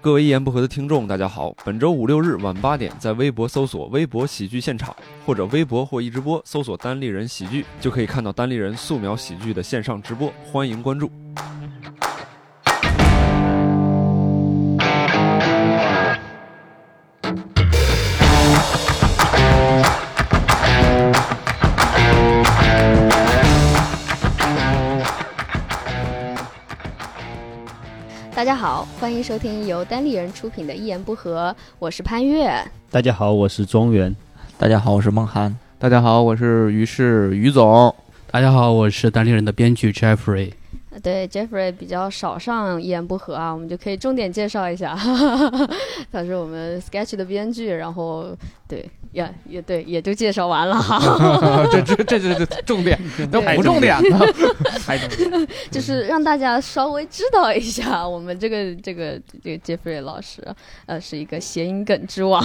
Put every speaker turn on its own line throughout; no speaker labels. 各位一言不合的听众，大家好！本周五六日晚八点，在微博搜索“微博喜剧现场”或者微博或一直播搜索“单立人喜剧”，就可以看到单立人素描喜剧的线上直播，欢迎关注。
大家好，欢迎收听由单立人出品的《一言不合》，我是潘越。
大家好，我是庄园。
大家好，我是孟涵。
大家好，我是于适于总。
大家好，我是单立人的编剧 Jeffrey。
对 Jeffrey 比较少上《一言不合》啊，我们就可以重点介绍一下， 他是我们 Sketch 的编剧，然后对也也对也就介绍完了 哈，
这这这这这重点，那
对
不重点呢？
嗨，
就是让大家稍微知道一下我们这个这个这个 Jeffrey 老师，呃，是一个谐音梗之王。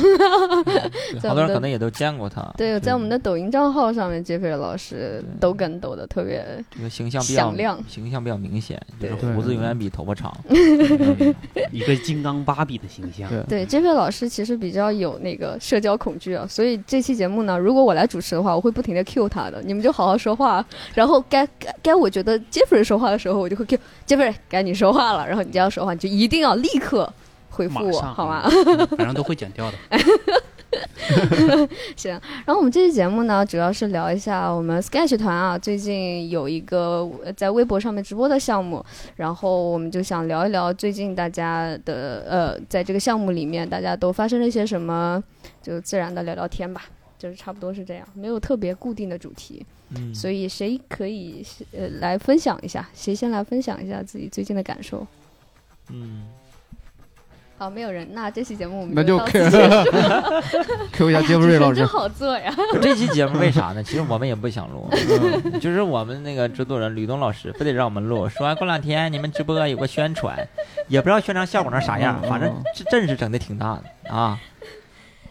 在我
好多
们
人可
的
能也都见过他，
对，在我们的抖音账号上面，Jeffrey 老师抖梗抖的特别
这个形象比
响
较
亮
形象比较明显，就是
对
胡子永远比头发长。
一个金刚芭比的形象。
对
对，J.P. 老师其实比较有那个社交恐惧啊，所以这期节目呢，如果我来主持的话，我会不停的 Q 他的，你们就好好说话。然后该该该，我觉得 Jeffrey 说话的时候，我就会 Q Jeffrey，该你说话了。然后你这样说话，你就一定要立刻回复
马
我，
上
好吗？
嗯反正都会剪掉的。
行，然后我们这期节目呢，主要是聊一下我们 Sketch 团啊，最近有一个呃在微博上面直播的项目，然后我们就想聊一聊最近大家的呃，在这个项目里面大家都发生了一些什么，就自然的聊聊天吧，就是差不多是这样，没有特别固定的主题，
嗯，
所以谁可以呃来分享一下？谁先来分享一下自己最近的感受？
嗯，
好，啊没有人，那这期节目我们
那就
到
Q
此结束
Q 一下
哎呀
Jeffrey
主持人
老
真
师，
好做呀！
这期节目为啥呢？其实我们也不 想录，
嗯
就是我们那个制作人吕东老师非得让我们录，说完过两天你们直播有个宣传，也不知道宣传效果成啥样，
嗯
反正这阵势整的挺大的啊。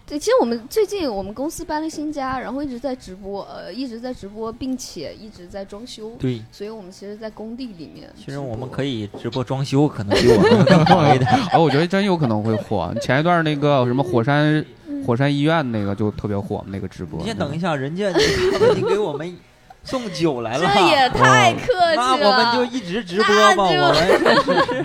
对，其实我们最近我们公司搬了新家，然后一直在直播，呃，一直在直播，并且一直在装修，
对，
所以我们其实，在工地里面。
其实我们可以直播装修，可能比 我们更好一点。
哦，我觉得真有可能会火。前一段那个什么火山火山医院那个就特别火，那个直播。
你先等一下，人家你你给我们送酒来
这
了，
也太客
那
气
我们
了！
就一直直播吧，
那
我们是是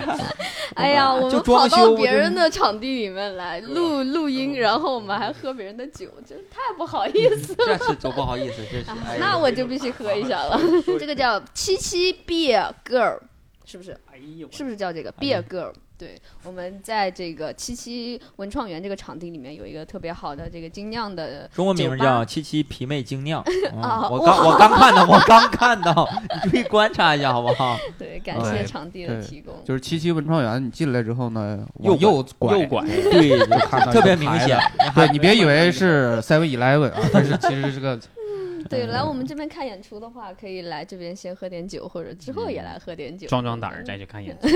哎呀，我
啊就嗯
们跑
装
到
修
别
真
人的场地里面来录录音，然后我们还喝别人的酒，真太不好意思了。
这次就不好意思，这是哎
啊
呀
那我就必须喝一下了。这个叫七七 Beer Girl，是不是？
哎呦
是不是叫这个 Beer Girl？对，我们在这个七七文创园这个场地里面有一个特别好的这个精酿的
中文名
酒吧
叫七七皮妹 精酿。嗯
啊
我刚我刚看到，我刚看到，你注意观察一下好不好？
对，感
哎
谢场地的提供。
就是七七文创园，你进来之后呢，
右
往右拐，
右 拐
对，
看到
特
一
别
个
明
牌子
显。
对你别以为是 Seven Eleven 啊，但是其实是个
对，来我们这边看演出的话，可以来这边先喝点酒，或者之后也来喝点酒，
壮壮胆儿再去看 演出。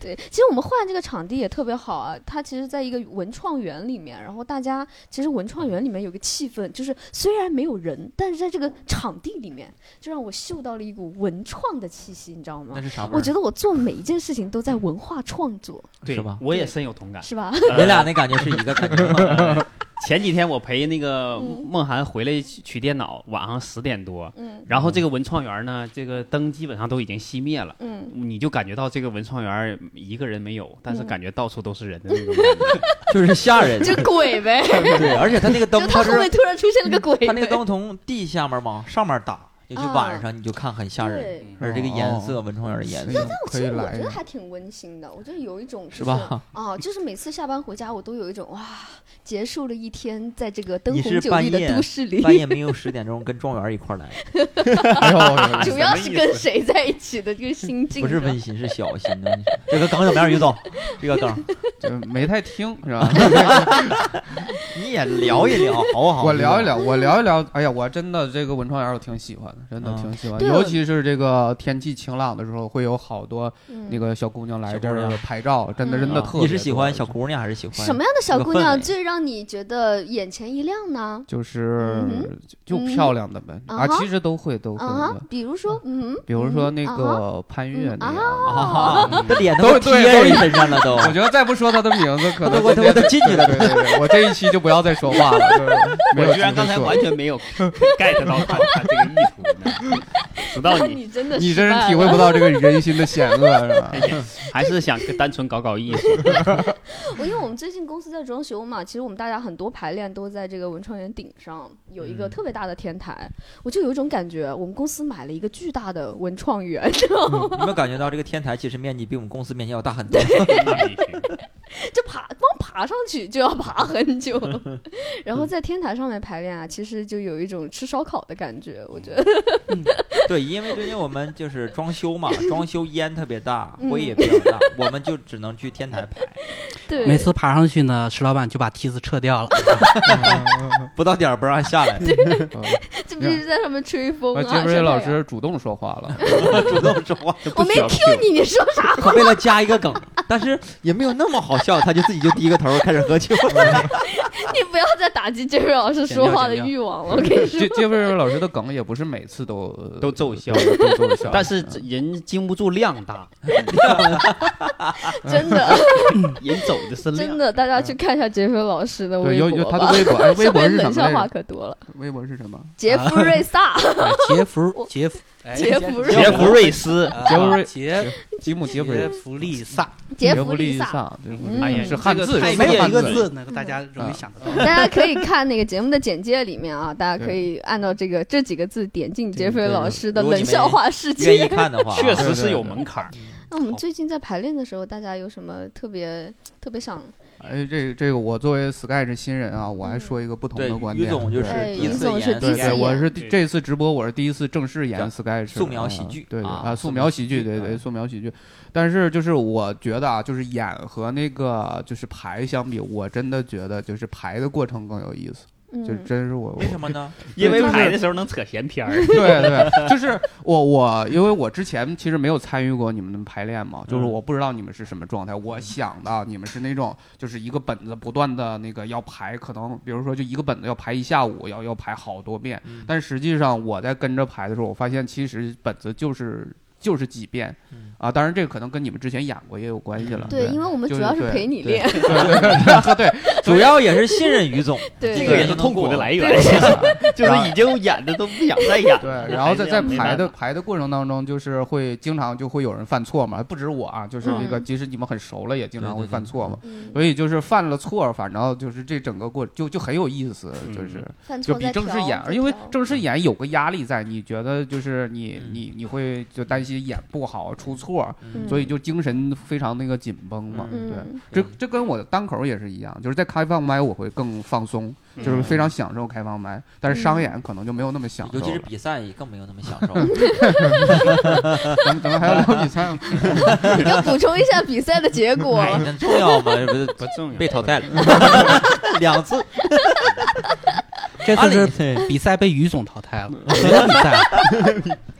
对，其实我们换这个场地也特别好啊，它其实在一个文创园里面，然后大家其实文创园里面有个气氛，就是虽然没有人，但是在这个场地里面，就让我嗅到了一股文创的气息，你知道吗
那？是啥味
我
儿？
觉得我做每一件事情都在文化创作，
对
是吧
我也深有同
啊
感。
是吧？
你俩那感觉是一个感觉吗？
前几天我陪那个
嗯
梦涵回来取取电脑，晚上十点多，
嗯
然后这个文创园呢，这个灯基本上都已经熄灭了。
嗯，
你就感觉到这个文创园一个人没有，但是
嗯
感觉到处都是人的那种感觉。
就是吓人。
就鬼呗，
对，而且他那个
就
灯，
他
它
后面
是
突然出现了个鬼呗，
它那个灯从地下面往上面打，尤其晚上你就看很吓人。
啊对。哦
而这个颜色，文创园的颜色，
但我其
可以
实我
来
觉得还挺温馨的，我觉得有一种、就是
吧？
啊，就是每次下班回家，我都有一种哇，结束了一天在这个灯
你
红
是
酒
半
绿的
夜
都市里，
半夜没有十点钟跟庄园一块儿来的，
哎呦，
主要是跟谁 在一起的这个心境，啊
不是
吧
温馨，是小心的。你说这个梗怎么样，于总？这个梗
就没太听是吧？
你也聊一聊，好不好？
我聊一聊，我聊一聊。哎呀，我真的这个文创园我挺喜欢的，真的
嗯
挺喜欢，
对
尤其是这个天气晴朗的时候，会有好多那
嗯，
个小姑娘来
小
这
姑娘
儿拍照，真的
嗯
真的
啊
特别。
你是喜欢小？姑娘还是喜欢
什么样的小姑
这个氛
娘
围
最让你觉得眼前一亮呢？
就是
嗯
就就漂亮的呗
嗯
啊，
啊哈
其实都会都
啊
会
哈
的，，
比如说，嗯，
比如说
嗯
那，
啊哈
个潘越那
嗯
样。
啊？这脸
都
都
是对
贴人身上了都。
我觉得再不说他的名字，可能
我都
直接
我都进去了
对对对，对我这一期就不要再说话了，就是没有
我居然
机
刚
会
才
说
完嗯全没有 get 到他他这个意图你知 道吗，直到
那
你
你真的
你
失
真是
败
体会
了
不到这个人心的险恶，是
哎
吧？
还是想单纯搞搞艺术，
我因为我们最近公司在装修嘛，其实我们大家很多排练都在这个文创园顶上有一个
嗯
特别大的天台，我就有一种感觉，我们公司买了一个巨大的文创园，
你有没有感觉到这个天台其实面积比我们公司面积要大很多？
那必须
这爬光爬上去就要爬很 久，然后在天台上面排练啊，其实就有一种吃烧烤的感觉，我
嗯
觉得，
对，因为最近我们就是装修嘛，装修烟特别大，
嗯
灰也比较大，我们就只能去天台排，
对，
每次爬上去呢，石老板就把梯子撤掉了。
不到点儿不让下来。
这不是在上面吹风
啊，
啊，
杰
晒太
瑞
阳
老，师主动说话了，
主动说话，
我没 Q 你，你说啥？
我 为了加一个梗，但 是也没有那么好笑，他就自己就低个头开始喝酒。
你不要再打击杰瑞老 师说话的欲望了，我跟你说
杰，杰瑞老师的梗也不是每次都
都奏效
都奏效，
但是人经不住量大，
真的。
人走的是量
真。的，大家去看一下杰夫老师的
嗯对
微
有
博
有
吧。
他的微博， 哎，微
上
博
面
是什
冷
么
笑
来
话
着？
可多了，
微博是什么？
杰夫瑞 萨，
杰弗杰弗
杰弗瑞，
杰弗瑞斯，
杰瑞
杰
吉姆杰弗
杰
瑞
弗利萨，
杰
杰
弗
弗利
萨。
萨，对
嗯
哎呀，
是汉字，
太
是不是
没有一个
汉
字能够大家容易想得到。
大家可 以看那个节目的简介里面啊，大家可以按照这个这几个字点进杰弗瑞老师的
对对
冷笑话世
愿意
界。
看的话，
啊
啊
确实是有门槛儿。
那我们最近在排练的时候，大家有什么特别特别想？
哎，这个这个，我作为 Sky 这新人啊，我还说一个不同
对
的观，
于
点。
总就是
哎
第一
于
次
总是
演
第一
对
次
对，
演
我是第
对
这次直播，我是第一次正式演
叫
Sky 是
素描喜剧
对对
啊
啊，素
素
描
描
喜
喜
剧，
剧
对对，
嗯
素描喜剧。但是就是我觉得啊，就是演和那个就是排相比，我真的觉得就是排的过程更有意思，就
嗯，
真是我
为什么？呢？
因为
就是
排的时候能扯闲篇 儿，
我对对，就是我我因为我之前其实没有参与过你们的排练嘛，就是
嗯
我不知道你们是什么状态。我想的啊你们是那种就是一个本子不断的那个要排，可能比如说就一个本子要排一下午，要要排好多遍。但实际上我在跟着排的时候，我发现其实本子就是就是几遍
嗯
啊，当然这个可能跟你们之前演过也有关系了。
对，因为我们
就
主
是
要是
对
陪你
对
练，
对对对，
主要也是信任于总，
对
这
这
个
个
也
也
是
是
痛
痛
苦
苦
的
的
来
来
源， 就是已经演的都不想再演
对
了。，
然后在在
没
排
办
的
法，
排的过程当中，就是会经常就会有人犯错嘛，不止我啊，就是那个
嗯
即使你们很熟了，也经常会犯错嘛。
嗯，
所以就是犯了错，反正就是这整个过就就很有意思，就是
犯
就
错
比
再
正式
调
演，
再
因为
调
正式演有个压力在，你觉得就是你
嗯
你你会就担心演不好出错，
嗯
所以就精神非常那个紧绷嘛，对。
嗯，
这这跟我的单口也是一样，就是在开放麦我会更放松，就是非常享受开放麦，但
嗯
是商演可能就没有那么享受
尤
了。
其是比赛更没有那么享 受。
咱们咱们还要聊比赛吗？
要补充一下比赛的结果。
哎那重要吗？不是
不重要。
被淘汰了 两次，
这
啊
次
你
是比赛被于总淘 汰了，没得比赛。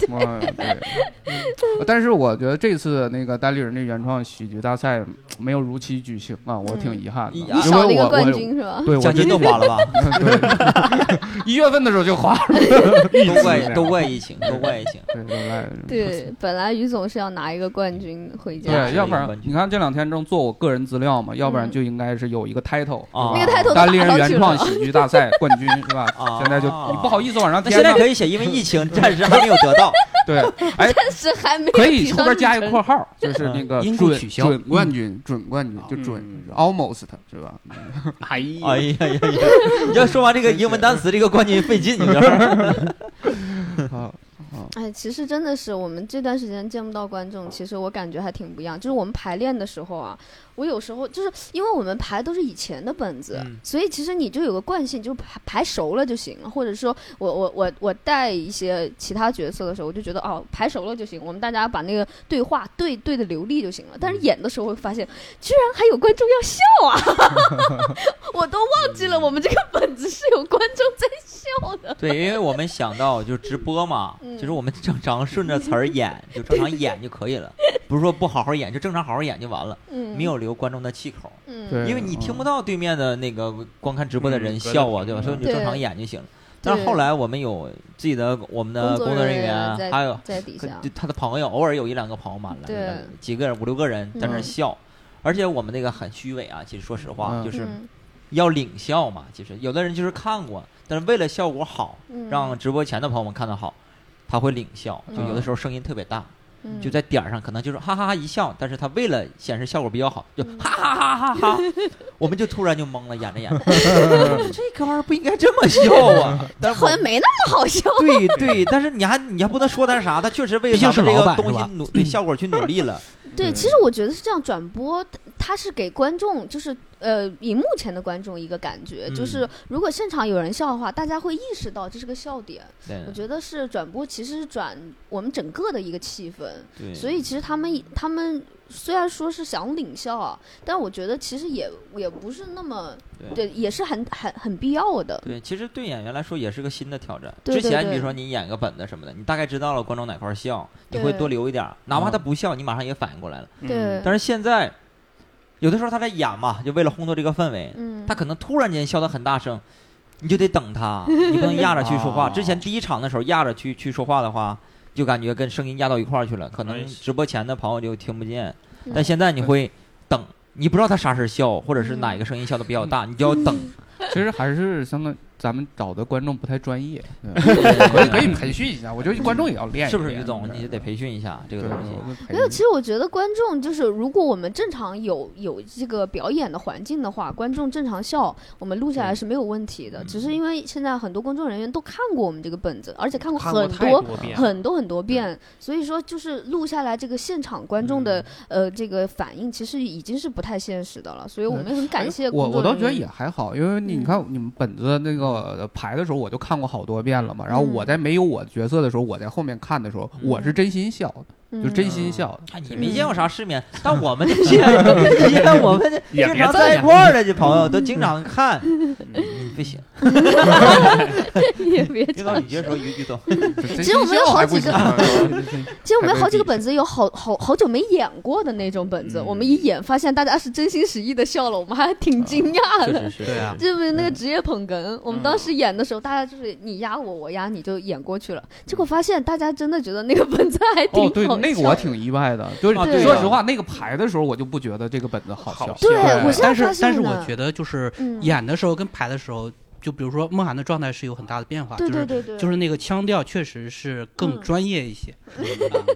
我对，呃但是我觉得这次那个单立人的原创喜剧大赛没有如期举行啊，我挺遗憾的，
嗯
你
因
少了
为
一
我
个
我
冠军是吧？
对，我
奖金
觉
都花 了吧？
得对，一月份的时候就 花了，
都怪都怪疫情，都怪疫情。
对，原来
对，本来于总是要拿一个冠军回家，
对，要不然
冠军
你看这两天正做我个人资料嘛，要不然
嗯
就应该是有一个 title
啊
那个 title 都
单立人
打上
原
去
创
了
喜剧大赛冠军是吧？
啊
现在就你不好意思往上
那
贴
现在
呢，
可以写，因为疫情暂时还没有得到。
对， 哎，
但是还没有
可以
提
后
上
边加一
日
个
程
括号，就是
嗯
那个
因故
准
取消
准冠军，准冠军就准
嗯
almost 是吧？
哎
哎
呀，
呀呀呀！
嗯
你要说完这个英文单词，这个冠军费劲，你知道吗？
啊啊！
哎，其实真的是我们这段时间见不到观众，其实我感觉还挺不一样。就是我们排练的时候啊，我有时候就是因为我们排都是以前的本子，
嗯
所以其实你就有个惯性，就排排熟了就行了。或者说我我我我带一些其他角色的时候，我就觉得哦，排熟了就行，我们大家把那个对话对对的流利就行了。但是演的时候会发现，居然还有观众要笑啊！ 我都忘记了我们这个本子是有观众在笑的。
对，因为我们想到就是直播嘛，
嗯
就是我们正常顺着词儿演，就正常演就可以了，不是说不好好演，就正常好好演就完了，
嗯，
没有留观众的气口，
嗯，
对
因为你听不到对面的那个观看直播的人
嗯
笑啊，对吧？
嗯
所以你就正常演就行了。但是
对
后来我们有自己的我们的
工作
工作人
人员
员，啊
在
还有
在底下
就，他的朋友，偶尔有一两个朋友嘛，
对
来几个人五六个人在那儿
嗯
笑，而且我们那个很虚伪啊，其实说实话，
嗯
就是
嗯
要领笑嘛。其实有的人就是看过，但是为了效果好，
嗯
让直播前的朋友们看到好，他会领笑，就
嗯
有的时候声音特别大，
嗯
就在点儿上可能就是哈哈哈一笑，但是他为了显示效果比较好，就
嗯
哈哈哈哈哈， 我们就突然就懵了，演 着演着，这哥们儿不应该这么笑啊！但是
好
我
像没那么好笑。
对对，但是你还你还不能说他啥，他确实为
毕竟
咱们
是
这
老
个
板
东
是吧
西努
嗯
对效果去努 力了。
对，其实我觉得是这样，转播它它是给观众，就是呃，荧幕前的观众一个感觉，
嗯
就是如果现场有人笑的话，大家会意识到这是个笑点。
对
我觉得是转播，其实是转我们整个的一个气氛。
对，
所以其实他们他们虽然说是想领笑啊，但我觉得其实也也不是那么
对
对，也是很很很必要的。
对，其实对演员来说也是个新的挑战。
对对
之前你比
对
如说你演个本子什么的，你大概知道了观众哪块儿笑，你会
对嗯
多留一点儿，哪怕
嗯
他不笑，你马上也反应过来了。
嗯
对，
但是现在，有的时候他在演嘛，就为了烘托这个氛围，
嗯，
他可能突然间笑得很大声，你就得等他，你不能压着去说
啊
话。之前第一场的时候压着去去说话的话，就感觉跟声音压到一块儿去了，可能
哎
直播前的朋友就听不见。
嗯
但现在你会等，你不知道他啥时候笑，或者是哪一个声音笑得比较大，你就
嗯
要等。
其实还是相当咱们找的观众不太专业，可
可
以可以培训一下，我觉得观众也要练一 练，
是不是于总？你就得培训一下这
这
个东西。
没有，其实我觉得观众就是，如果我们正常有有这个表演的环境的话，观众正常笑，我们录下来是没有问题的。
嗯
只是因为现在很多工作人员都看过我们这个本子，而且看过
看
很
过太
多
多遍了，
很多很多遍，所以说就是录下来这个现场观众的、
嗯
呃这个反应，其实已经是不太现实的了。所以我们也很感谢
嗯哎我
工作
我倒
人
觉得也
员。
还好，因为
嗯
你你看你们本子那个排的时候，我就看过好多遍了嘛。然后
嗯
我在没有我角色的时候，我在后面看的时候，我是真心笑的，
嗯
就 真心笑的。
哎，你没见过啥世面，但我们这些， 你看我们这
也
经
别
常
这
在一
样
块儿的这朋友都经常看，嗯不 行，
也别
遇到你接着说于于总，
其
其实我们有好几个
个，
其实我们有好几个本子，有好好好久没演过的那种本子，
嗯
我们一演发现大家是真心实意的笑了，我们还
啊
挺惊讶的。
是
对啊，
这不是那个职业捧哏，我们当时演的时候，大家就是你压我，我压你，就演过去了。结果发现大家真的觉得那个本子还挺好
哦，对，
笑
那个我挺意外的，就是
啊
对
说
啊
实话，那个排的时候我就不觉得这个本子好笑
好。
对
对
我现在发
但是
现
但是
了
我觉得就是
嗯
演的时候跟排的时候，就比如说梦涵的状态是有很大的变化，
对
就
对
是
对对，
就是那个腔调确实是更
嗯
专业一些。 嗯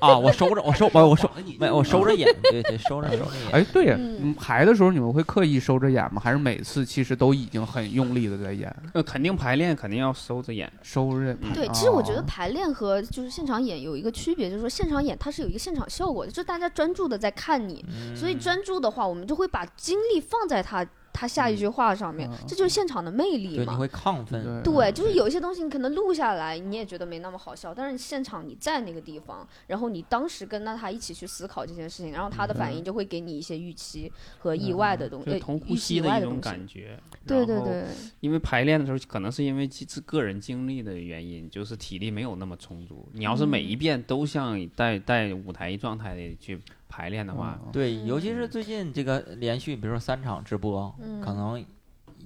啊，我收着，我收，我我收
爽了 你，
没，我收着演，对对，收着收着演。
哎，对呀，
嗯
你们排的时候你们会刻意收着演吗？还是每次其实都已经很用力的在演
呃，肯定排练肯定要收着演，
收着？
对，
哦
其实我觉得排练和就是现场演有一个区别，就是说现场演它是有一个现场效果的，就是大家专注的在看你，
嗯
所以专注的话，我们就会把精力放在他他下一句话上面
嗯，
这就是现场的魅力
对，你
嘛。
会亢
哦
奋，
对，就是有一些东西你可能录下来，你也觉得没那么好笑，但是现场你在那个地方，然后你当时跟着他一起去思考这件事情，然后他的反应
嗯
就会给你一些预期和意外的东西，
就
呃
是同
预
呼
期
吸
以外
的一
的东
种
西。
感觉。
对对
然后
对，
因为排练的时候，可能是因为自自个人经历的原因，就是体力没有那么充足。你要是
嗯
每一遍都像带带舞台状态的去排练的话，
对，尤其是最近这个连续，比如说三场直播，
嗯
可能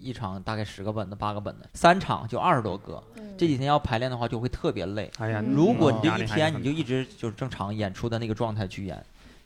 一场大概十个本子、八个本子，三场就二十多个，
嗯
这几天要排练的话就会特别累。
哎呀，
嗯
如果你这
压力
一
还
天
是很
你就一直就是正常演出的那个状态去演，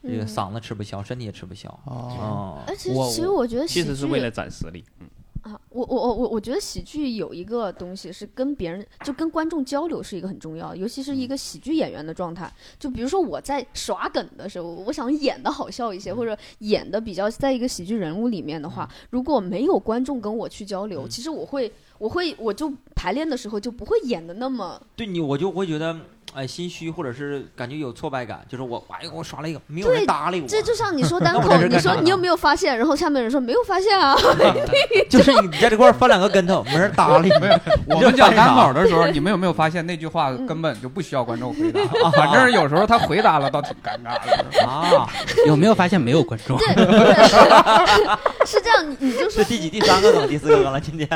这个
嗯哎
嗓子吃不消，身体也吃不消。
哦，
嗯，
而且
我
其实我觉得喜
其
剧
实是为了展实力。嗯，
啊，我我我我我觉得喜剧有一个东西是跟别人就跟观众交流是一个很重要的，尤其是
嗯
一个喜剧演员的状态。就比如说我在耍梗的时候，我想演的好笑一些，
嗯
或者演的比较在一个喜剧人物里面的话，如果没有观众跟我去交
嗯
流，其实我会我会我就排练的时候就不会演的那么
对你我就会觉得哎心虚，或者是感觉有挫败感，就是我哎呦我刷了一个没有
对
人搭理我，
这就像你说单
那我
口
在这，
你
干啥
说
呢
你有没有发现？然后下面人说没有发现啊。
就是你在这块儿翻两个跟头，没人搭 理你。
我们讲单口的时候，你们有没有发现那句话
嗯
根本就不需要观众回答？反正有时候他回答了倒挺尴尬 的。
啊，
有没有发现没有观众？啊
对，对是这样，你你就说
是第几、第三个梗、第四个梗了？今天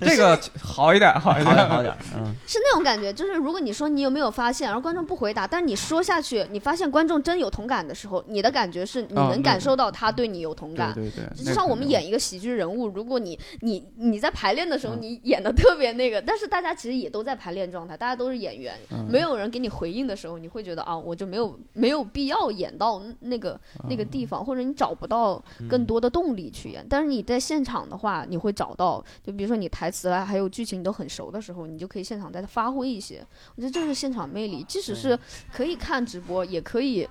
这个好一点， 好一
好点好
点。
点，嗯，
是那种感觉，就是如果你说你有没有发现，然后观众不回答，但是你说下去，你发现观众真有同感的时候，你的感觉是你
啊
能
对
感受到他对你有同感。
对对
就像我们演一个喜剧人物，如果你你你在排练的
嗯
时候，你演的特别那个，但是大家其实也都在排练状态，大家都是演员，
嗯
没有人给你回应的时候，你会觉得啊，我就没有没有必要演到那个那个
嗯
地方，或者你找不到
嗯
更多的动力去演。但是你在现场的话，你会找到，就比如说你台词啊，还有剧情都很熟的时候，你就可以现场再发挥一些。我觉得这是现场魅力，即使是可以看直播，也可以。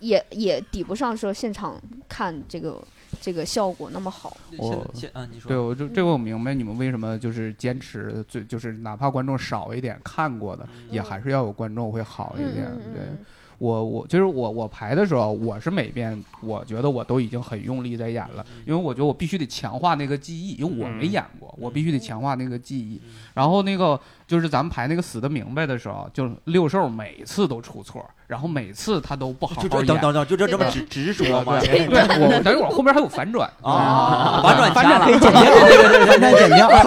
也也抵不上说现场看这个这个效果那么好。
现
我
在现啊，你说
对，我就这
嗯
个我明白你们为什么就是坚持，最就是哪怕观众少一点看过的，
嗯
也还是要有观众会好一点。对我我就是我我排的时候，我是每遍我觉得我都已经很用力在演了，因为我觉得我必须得强化那个记忆，因为我没演过，我必须得强化那个记忆。然后那个就是咱们排那个死的明白的时候，就是六兽每次都出错，然后每次他都不好
就
好
这等
演。
等等，就这这么直直说吗？
对，我等一会儿后边还有反转
啊，反转
反转
可以剪掉，对对 对，反转剪掉。啊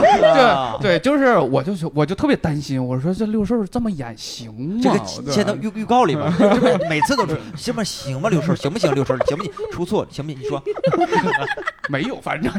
对对，就是我就是我就特别担心，我说这六兽这么演行吗？
这个
对
现在预预告里面，这 不每次都是行吗？行吗？刘叔行不行？刘叔行不行？出错行不行？你说，
没有反转。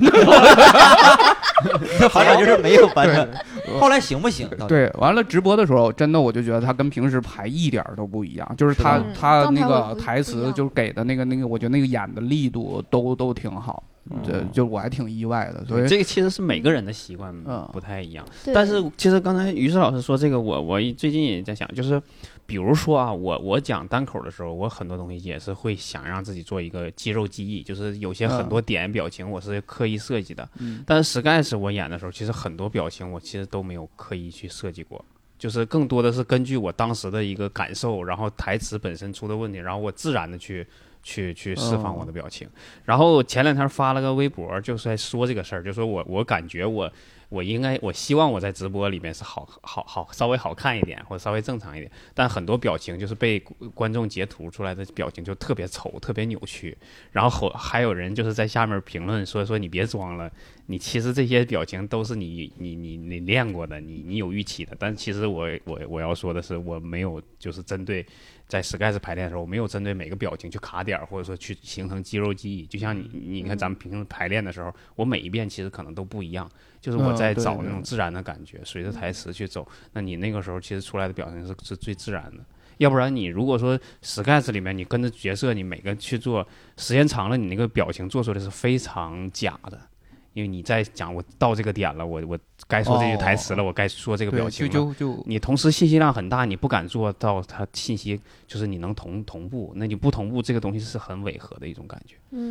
反转就是没有反转。
对
后来行不行？到底，
对，完了直播的时候，真的我就觉得他跟平时排一点儿都不一样，就是
是
他
吧
嗯
他
状态
那
会
个
不
台
不一
词
样
就是给的那个那个，我觉得那个演的力度都都挺好， 这就我还挺意外的，所以
哦这个其实是每个人的习惯
嗯
不太一样。
对
但是其实刚才于适老师说这个，我我最近也在想，就是比如说啊，我我讲单口的时候，我很多东西也是会想让自己做一个肌肉记忆，就是有些很多点表情我是刻意设计的。
嗯
但是 sketch 我演的时候，其实很多表情我其实都没有刻意去设计过。就是更多的是根据我当时的一个感受，然后台词本身出的问题，然后我自然的去去去释放我的表情。然后前两天发了个微博，就是在说这个事儿，就说我我感觉我我应该我希望我在直播里面是好好好稍微好看一点，或者稍微正常一点。但很多表情就是被观众截图出来的表情就特别丑，特别扭曲。然后后还有人就是在下面评论说说你别装了，你其实这些表情都是你你你你练过的，你你有预期的。但其实我我我要说的是，我没有就是针对在 Sketch 排练的时候，我没有针对每个表情去卡点儿，或者说去形成肌肉记忆。就像你你看咱们平时排练的时候，我每一遍其实可能都不一样，就是我
嗯
在
对
找
对
那种自然的感觉，随着台词去走。那你那个时候其实出来的表情是是最自然的。要不然你如果说 Sketch 里面你跟着角色，你每个去做，时间长了，你那个表情做出来是非常假的。因为你在讲我到这个点了，我我该说这句台词了，我该说这个表
对
情
就
了。
就就
你同时信息量很大，你不敢做到它信息就是你能同同步，那你不同步这个东西是很违和的一种感觉。
嗯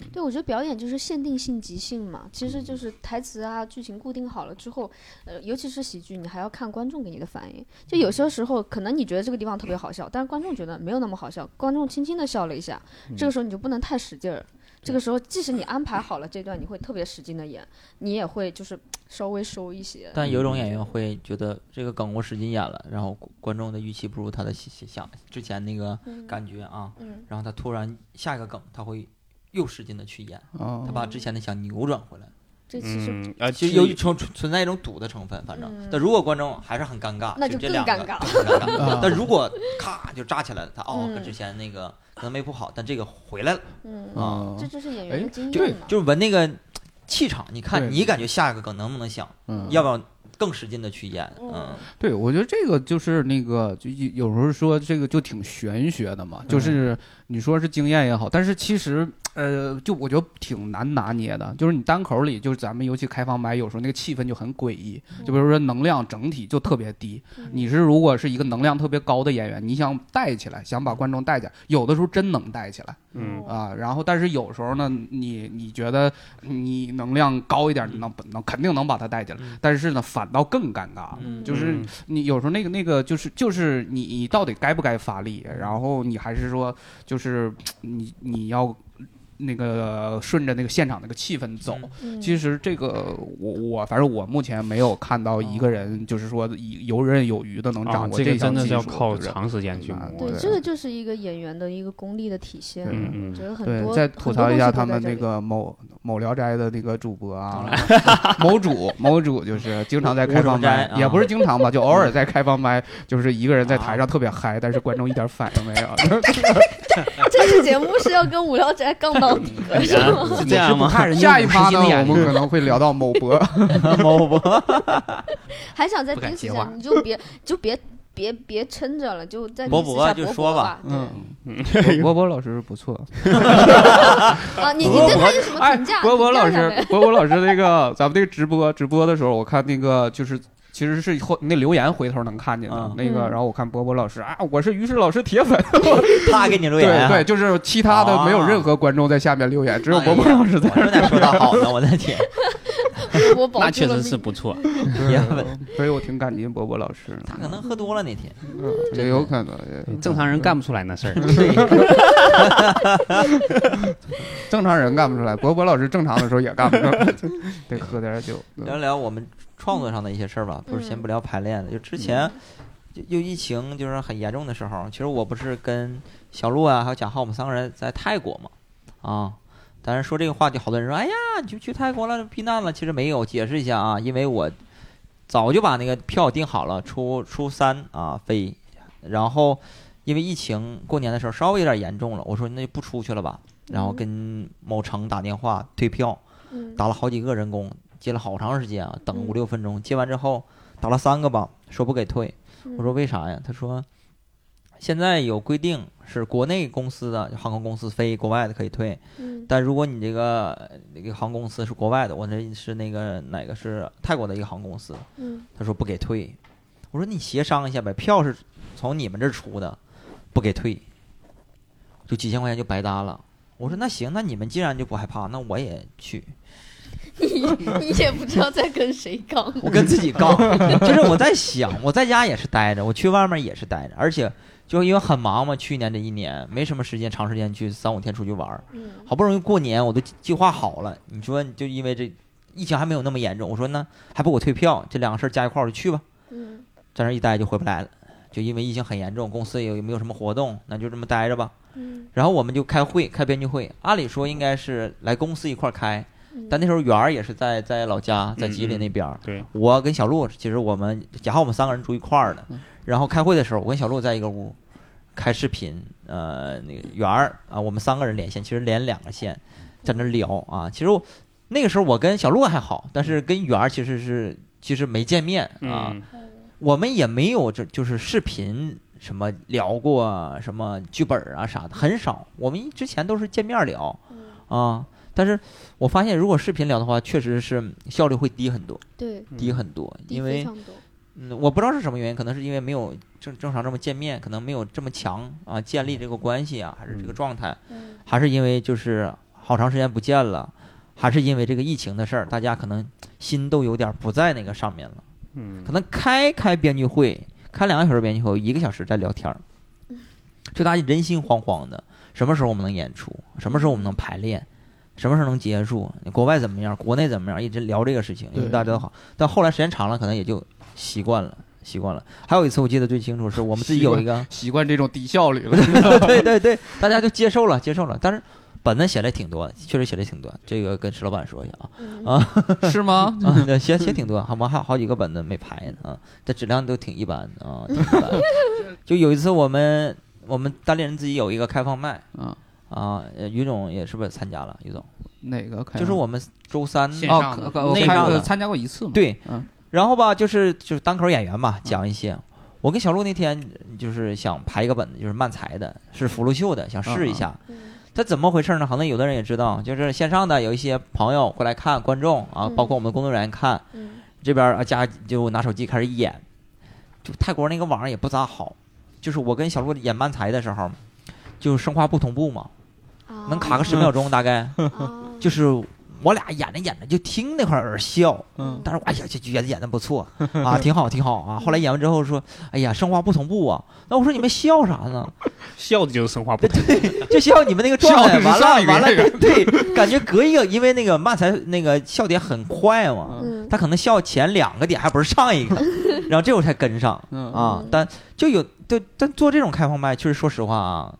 对。
对，我觉得表演就是限定性、即兴嘛，其实
嗯
就是台词啊、剧情固定好了之后，呃，尤其是喜剧，你还要看观众给你的反应。就有
嗯
些时候，可能你觉得这个地方特别好笑，但是观众觉得没有那么好笑，观众轻轻的笑了一下，
嗯
这个时候你就不能太使劲儿。这个时候，即使你安排好了这段，你会特别使劲的演，你也会就是稍微收一些。
但有一种演员会觉得这个梗我使劲演了，然后观众的预期不如他的想想之前那个
嗯
感觉啊，
嗯，
然后他突然下一个梗他会又使劲的去演，
啊
他，把
哦
之前的想扭转回来。
这其实、
嗯，而
其
且
实由于存存在一种赌的成分，反正
嗯，
但如果观众还是很尴尬，
那就
这
更
两个
尴尬
很尴尬
啊。
但如果咔就炸起来了，他哦
嗯
跟之前那个可能没铺好，但这个回来了，
嗯，
啊
这，就是演
哎
员的经
对
验嘛。
就是闻那个气场，你看
对
你感觉下一个梗能不能想，
嗯
要不要更使劲的去演，嗯
嗯，
对，我觉得这个就是那个，就嗯有有时候说这个就挺玄学的嘛，就是你说是经验也好，但是其实呃，就我觉得挺难拿捏的，就是你单口里，就是咱们尤其开放麦，有时候那个气氛就很诡异，就比如说能量整体就特别低。
嗯
你是如果是一个能量特别高的演员，你想带起来，想把观众带起来，有的时候真能带起来
嗯
啊。然后，但是有时候呢，你你觉得你能量高一点，你能能肯定能把他带起来，但是呢，反倒更尴尬。
嗯
就是
嗯
你有时候那个那个就是就是你你到底该不该发力，然后你还是说就是你你要那个顺着那个现场那个气氛
嗯
走。
嗯
其实这个我我反正我目前没有看到
哦
一个人就是说以游刃有余的能
啊
掌，握
这个真
项
的
技
是
术。
要靠
就是
长时间去
嗯
磨
对，
的。
这个就是一个演员的一个功力的体现。
嗯
嗯
我觉得很
对，
多。
再
很
吐
多
槽一
东
下
西都
他
在
们
这
那
里，
个某某聊斋的那个主播啊， 某主某主就是经常在开放
吴
麦
主，斋
也
啊
不是经常吧，就偶尔在开放麦，就是一个人在台上特别嗨，但是观众一点反应没有，
这期节目是要跟无聊宅杠到 底的，是吗？
啊
是这样吗？
看 人
下
家
一
五十
趴
斤
呢，
的眼
我们
神
可能会聊到某博，
某博
还想再
不敢
盯死一
接
下
话，
你就别就别别别撑着了，就再
博
盯死一
博
下
就
博
说吧
吧。对
嗯，博博老师不错，
啊，你你
博
对
博
他有什么
哎
评价？，
博博
评价
老
下
师
面，
博博老师那个咱们那个直播直播的时候，我看那个就是。其实是后那留言回头能看见的、
嗯
那个，
嗯
然后我看波波老师啊，我是于适老师铁粉，
他给你留
对
言啊，哎
对，就是其他的没有任何观众在下面留言，只有波波老师在。
我说哪说 的好呢？我的天，
我保
那
住
确
了
实
命
是不错，
铁粉，
所以我挺感激波波老师，
他可能喝多了那天。
嗯也有可能，也
正常人干不出来那事儿。
正常人干不出来，波波老师正常的时候也干不出来， 得喝点酒。
聊聊我们创作上的一些事儿吧，不是先不聊排练的，就之前就就疫情就是很严重的时候，其实我不是跟小鹿啊还有贾浩我们三个人在泰国嘛，啊。当然说这个话题，好多人说：“哎呀，你就去泰国了，避难了。”其实没有，解释一下啊，因为我早就把那个票订好了，初初三啊飞，然后因为疫情过年的时候稍微有点严重了，我说那就不出去了吧，然后跟某城打电话退票，
嗯
打了好几个人工，接了好长时间啊，等五六分钟，接完之后打了三个吧，说不给退，
嗯
我说为啥呀？他说现在有规定是国内公司的航空公司飞国外的可以退，
嗯
但如果你这个呃那个航空公司是国外的，我那是那个哪个是泰国的一个航空公司，
嗯
他说不给退，我说你协商一下呗，票是从你们这儿出的，不给退，就几千块钱就白搭了。我说那行，那你们既然就不害怕，那我也去。
嗯， 你你也不知道在跟谁杠。
我跟自己杠，就是我在想，我在家也是待着，我去外面也是待着，而且就因为很忙嘛，去年这一年没什么时间，长时间去三五天出去玩儿，
嗯
好不容易过年我都计计划好了，你说你就因为这疫情还没有那么严重，我说那还不给我退票，这两个事儿加一块儿我就去吧，
嗯
在那儿一待就回不来了，就因为疫情很严重，公司也有也没有什么活动，那就这么待着吧。
嗯，
然后我们就开会，开编剧会，按理说应该是来公司一块儿开，
嗯
但那时候圆儿也是在在老家，在
嗯
吉林那边儿。
对，
我跟小鹿，其实我们假浩我们三个人住一块儿
嗯
的，然后开会的时候，我跟小鹿在一个屋开视频，呃，那个圆儿啊，我们三个人连线，其实连两个线，
嗯
在那聊啊。其实我那个时候我跟小鹿还好，但是跟圆儿其实是其实没见面啊，
嗯，
我们也没有这就是视频什么聊过什么剧本啊啥的，很少。我们之前都是见面聊
嗯
啊，但是我发现如果视频聊的话，确实是效率会低很多，
对，
嗯
低很多，
低
因
非
为
常多。
嗯，我不知道是什么原因，可能是因为没有正正常这么见面，可能没有这么强啊建立这个关系啊，还是这个
嗯
状态，
嗯
还是因为就是好长时间不见了，还是因为这个疫情的事儿，大家可能心都有点儿不在那个上面了。
嗯
可能开开编剧会，开两个小时编剧会，一个小时在聊天儿，就大家人心惶惶的，什么时候我们能演出？什么时候我们能排练？什么时候能结束？国外怎么样？国内怎么样？一直聊这个事情，因为
对，
大家都好。但后来时间长了，可能也就习惯了，习惯了。还有一次我记得最清楚，是我们自己有一个
习惯这种低效率了，
对对对，大家就接受了，接受了。但是本子写的挺多的，确实写的挺多的，这个跟石老板说一下啊。
嗯
啊
是吗？
啊， 对，写写挺多，好吗？还有好几个本子没排呢啊，这质量都挺一般 啊，挺一般。就有一次我们我们单立人自己有一个开放麦
啊，
啊，呃于总也是不是参加了？于总
哪个开放？
就是我们周三
线
哦，
上的
可我
内
看
上的
呃参加过一次嘛。
对
嗯，
然后吧，就是就是单口演员嘛，讲一些。我跟小鹿那天就是想排一个本子，就是漫才的，是福禄秀的，想试一下。
嗯
它怎么回事呢？可能有的人也知道，就是线上的有一些朋友过来看观众啊，
嗯
包括我们工作人员看
嗯
这边儿啊，家就拿手机开始演，就泰国那个网上也不咋好。就是我跟小鹿演漫才的时候，就生化不同步嘛，
哦
能卡个十秒钟大概。
啊，
就是我俩演着演着就听那块儿笑，
啊
嗯
但是我哎呀，这演的演的不错啊，挺好挺好啊。后来演完之后说，哎呀，生化不同步啊。那我说你们笑啥呢？
笑的就是生化不
对对，就笑你们那个状态，
笑的
完
是上一
了
个
完了
那，
对，感觉隔一个，因为那个漫才那个笑点很快嘛，
嗯
他可能笑前两个点还不是上 一个，然后这我才跟上
嗯
啊
嗯。
但就有对，但做这种开放麦，确实说实话啊，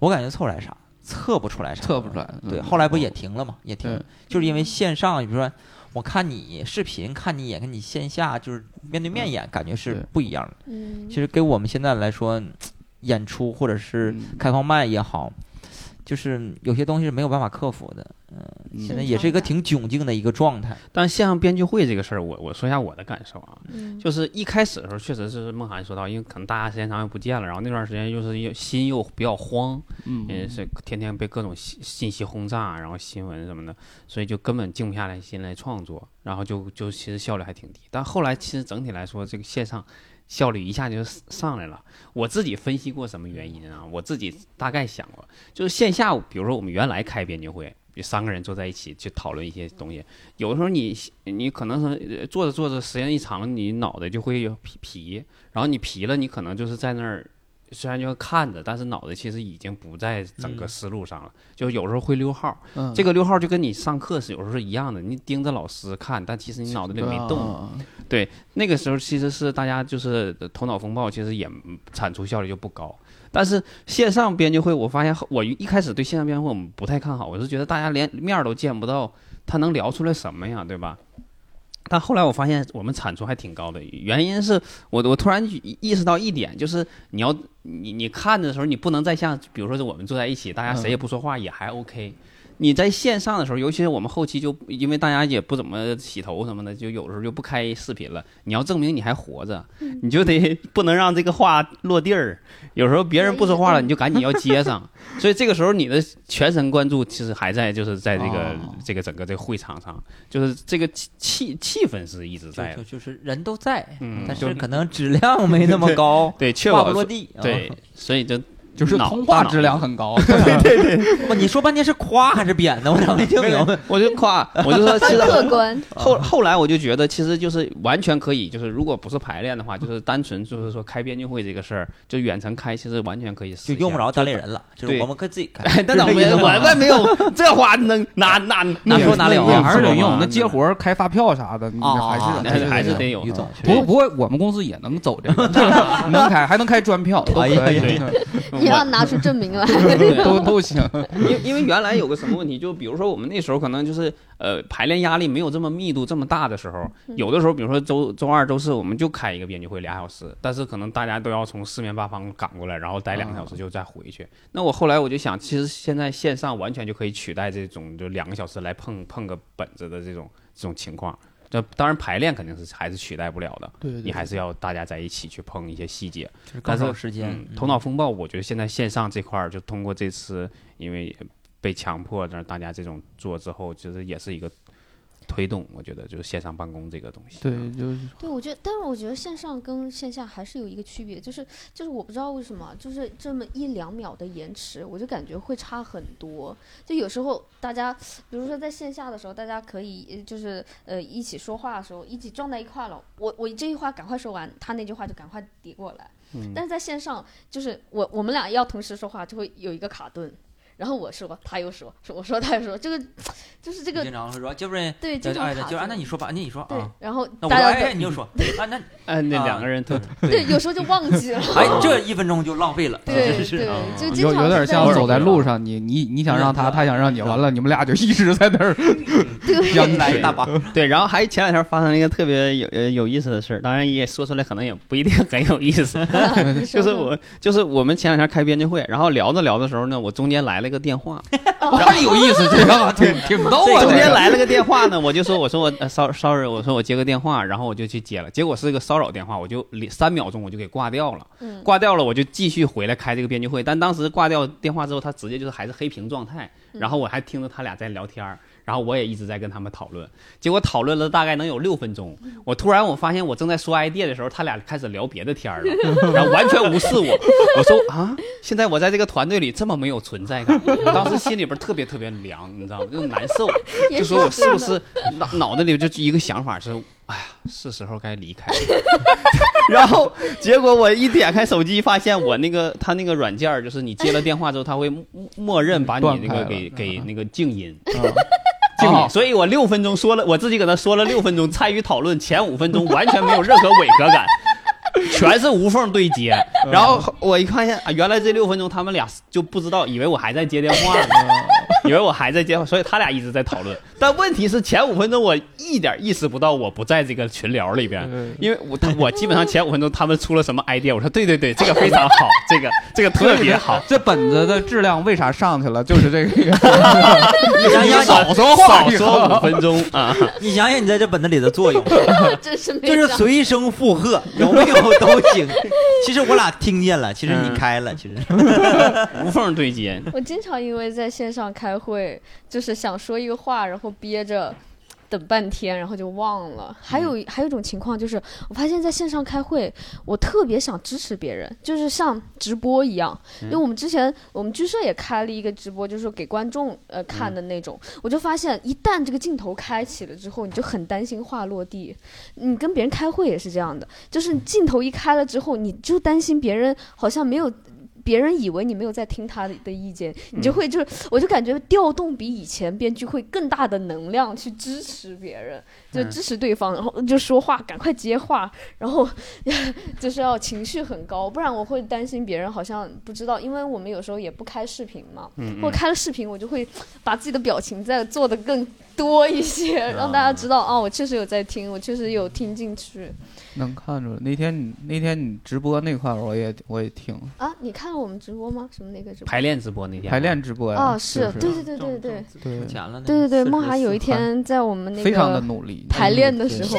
我感觉凑不来啥，测不出来啥，
测不出来
对，
嗯
后来不也停了嘛，也停
对
了，就是因为线上，比如说我看你视频，看你演，跟你线下就是面对
嗯
面演，感觉
对
是不一样的。
嗯
其实给我们现在来说，演出或者是
嗯
开放麦也好，就是有些东西是没有办法克服的。嗯，现在也是一个挺窘境的一个状态。
但线上编剧会这个事儿，我我说一下我的感受啊，
嗯
就是一开始的时候，确实是梦涵说到，因为可能大家时间长又不见了，然后那段时间就是又心又比较慌，也
嗯
是天天被各种信信息轰炸，然后新闻什么的，所以就根本静不下来心来创作，然后就就其实效率还挺低。但后来其实整体来说，这个线上效率一下就上来了。我自己分析过什么原因啊？我自己大概想过，就是线下，比如说我们原来开编辑会，就三个人坐在一起去讨论一些东西，有的时候你你可能是呃坐着坐着时间一长，你脑袋就会有疲疲，然后你疲了，你可能就是在那儿。虽然就看着，但是脑袋其实已经不在整个思路上了，就有时候会溜号儿。
嗯
这个溜号儿就跟你上课是有时候是一样的，你盯着老师看，但其实你
嗯
脑袋里
啊
没动。那个时候其实是大家就是呃头脑风暴，其实也嗯产出效率就不高。但是线上编辑会，我发现后我一开始对线上编辑会我们不太看好，我是觉得大家连面儿都见不到，他能聊出来什么呀，对吧？但后来我发现我们产出还挺高的，原因是我我突然意意识到一点，就是你要你你看的时候，你不能再像比如说是我们坐在一起，大家谁也不说话也还 OK。你在线上的时候，尤其是我们后期就因为大家也不怎么洗头什么的，就有时候就不开视频了。你要证明你还活着，你就得 不能让这个话落地儿。有时候别人不说话了，你就赶紧要接上。所以这个时候你的全神贯注其实还在就是在这个、
哦
这个整个这个会场上，就是这个气气气氛是一直在
就
的
就。就是人都在，
嗯
但
就是，
可能质量没那么高
对，确
话
保
不落地。啊
对，，所以就
就是
脑
通话质。量很 高，对对
不，你说半天是夸还是贬呢？我咋没听明白？
大脑 我就夸，我就说， 其实
客观，
后后来我就觉得，其实就是完全可以，就是如果不是排练的话，就是单纯就是说开编剧会这个事儿，就远程开，其实完全可以实
就
现。
用不着单立人了，就是
对
我们可以自己开。
哎。 但我们我们没有这话能哪哪哪说哪了
也
啊，
还是得
吧
用。那接活儿哦开发票啥的，你还
啊，
是
还是
得
还是
用
得有啊
于总，
不过不过，我们公司也能走这个， 能开还能开专票，都可以
哎呀 哎，
你要拿出证明来。
对
都都行。
因因为原来有个什么问题，就比如说我们那时候可能就是呃排练压力没有这么密度这么大的时候，有的时候比如说周周二周四我们就开一个编辑会俩小时，但是可能大家都要从四面八方赶过来，然后待两个小时就再回去。那我后来我就想，其实现在线上完全就可以取代这种就两个小时来碰碰个本子的这种这种情况。这当然排练肯定是还是取代不了的，
对对
你还是要大家在一起去碰一些细节。
就是
但
更
是
少时间
嗯，，头脑风暴，我觉得现在线上这块儿，就通过这次因为被强迫让大家这种做之后，其实也是一个推动。我觉得就是线上办公这个东西。
对，就是
对，我觉得，但是我觉得线上跟线下还是有一个区别，就是就是我不知道为什么，就是这么一两秒的延迟，我就感觉会差很多。就有时候大家，比如说在线下的时候，大家可以呃就是呃一起说话的时候，一起撞在一块了，我我这句话赶快说完，他那句话就赶快叠过来。
嗯
嗯
但是在线上，就是我我们俩要同时说话，就会有一个卡顿。然后我说，他又说，说我说，他又说，这个就是这个
经常会说，就是
对这
对，
种
哎，
卡
就是
顿。
啊，那你说吧，那你说
对
啊，，
然后
那我
大家
哎，
都
你就说啊，那
哎，那
啊
两个人特
对，有时候就忘记 了。
哎，这一分钟就浪费了，
对
真是
对
啊，
就经
有
常
有点
是在
像
这
走
种
在路上，你你你想让
嗯
他，他想让你，完了你们俩就一直在那 儿僵
来一
持
大。把，
对，然后还前两天发生了一个特别有呃有意思的事儿，当然也说出来可能也不一定很有意思，
啊你 说
就是
说
我就是我们前两天开编辑会，然后聊着聊的时候呢，我中间来了个电话，
然后有意思，这个挺挺逗啊，
中
这
间
个
来了个电话呢，我就说我说我呃 sorry sorry，我说我接个电话，然后我就去接了，结果是个骚扰电话，我就连三秒钟我就给挂掉了，
嗯，
挂掉了我就继续回来开这个编剧会，但当时挂掉电话之后，他直接就是还是黑屏状态，然后我还听着他俩在聊天儿，然后我也一直在跟他们讨论，结果讨论了大概能有六分钟，我突然我发现我正在说 idea 的时候，他俩开始聊别的天儿了， 然后完全无视我，我说啊，现在我在这个团队里这么没有存在感，我当时心里边特别特别凉，你知道吗？就难受，
也
就
许
说我是不
真的
是脑脑袋里就一个想法是，哎呀，是时候该离开了。 然后结果我一点开手机，发现我那个他那个软件儿就是你接了电话之后，他会默默认把你那个
断开
给
了嗯
给那个静音。
挺好。
哦所以我六分钟说了，我自己搁那说了六分钟，参与讨论前五分钟完全没有任何违和感， 全是无缝对接。
嗯
然后我一发现啊，原来这六分钟他们俩就不知道，以为我还在接电话呢，
嗯
以为我还在接话，所以他俩一直在讨论。但问题是前五分钟我一点意识不到我不在这个群聊里
嗯
嗯
边。因为我他我基本上前五分钟他们出了什么 idea，我说对对对，这个非常好，这 个这个特别好，
这本子的质量为啥上去了？就是这个，
你想想，
少说话，
少说五分钟啊。
你想想你在这本子里的作用，
真是没
就是
想
随声 附和， 有没有都行。其实我俩听见了，其实你开了，其实
无缝对接，
我经常因为在线上开会，就是想说一个话，然后憋着。等半天，然后就忘了。还有、还有一种情况就是，我发现在线上开会，我特别想支持别人，就是像直播一样。因为我们之前我们剧社也开了一个直播，就是给观众呃看的那种。我就发现，一旦这个镜头开启了之后，你就很担心话落地。你跟别人开会也是这样的，就是你镜头一开了之后，你就担心别人好像没有别人以为你没有在听他的的意见，你就会就是，我就感觉调动比以前编剧会更大的能量去支持别人，就支持对方，然后就说话，赶快接话，然后 就是要情绪很高，不然我会担心别人好像不知道，因为我们有时候也不开视频嘛，
嗯
或开了视频，我就会把自己的表情再做的更多一些，让大家知道啊，我确实有在听，我确实有听进去
能看出来。那天你那天你直播那块儿，我也我也听
啊。你看了我们直播吗？什么那个直播？
排练直播那天啊
排练直播呀。
哦，
是
是
不
对对对对对。
对
钱了呢
对对对，
44
梦涵有一
45
天在我们那个
非常的努力。
排
嗯
练的时候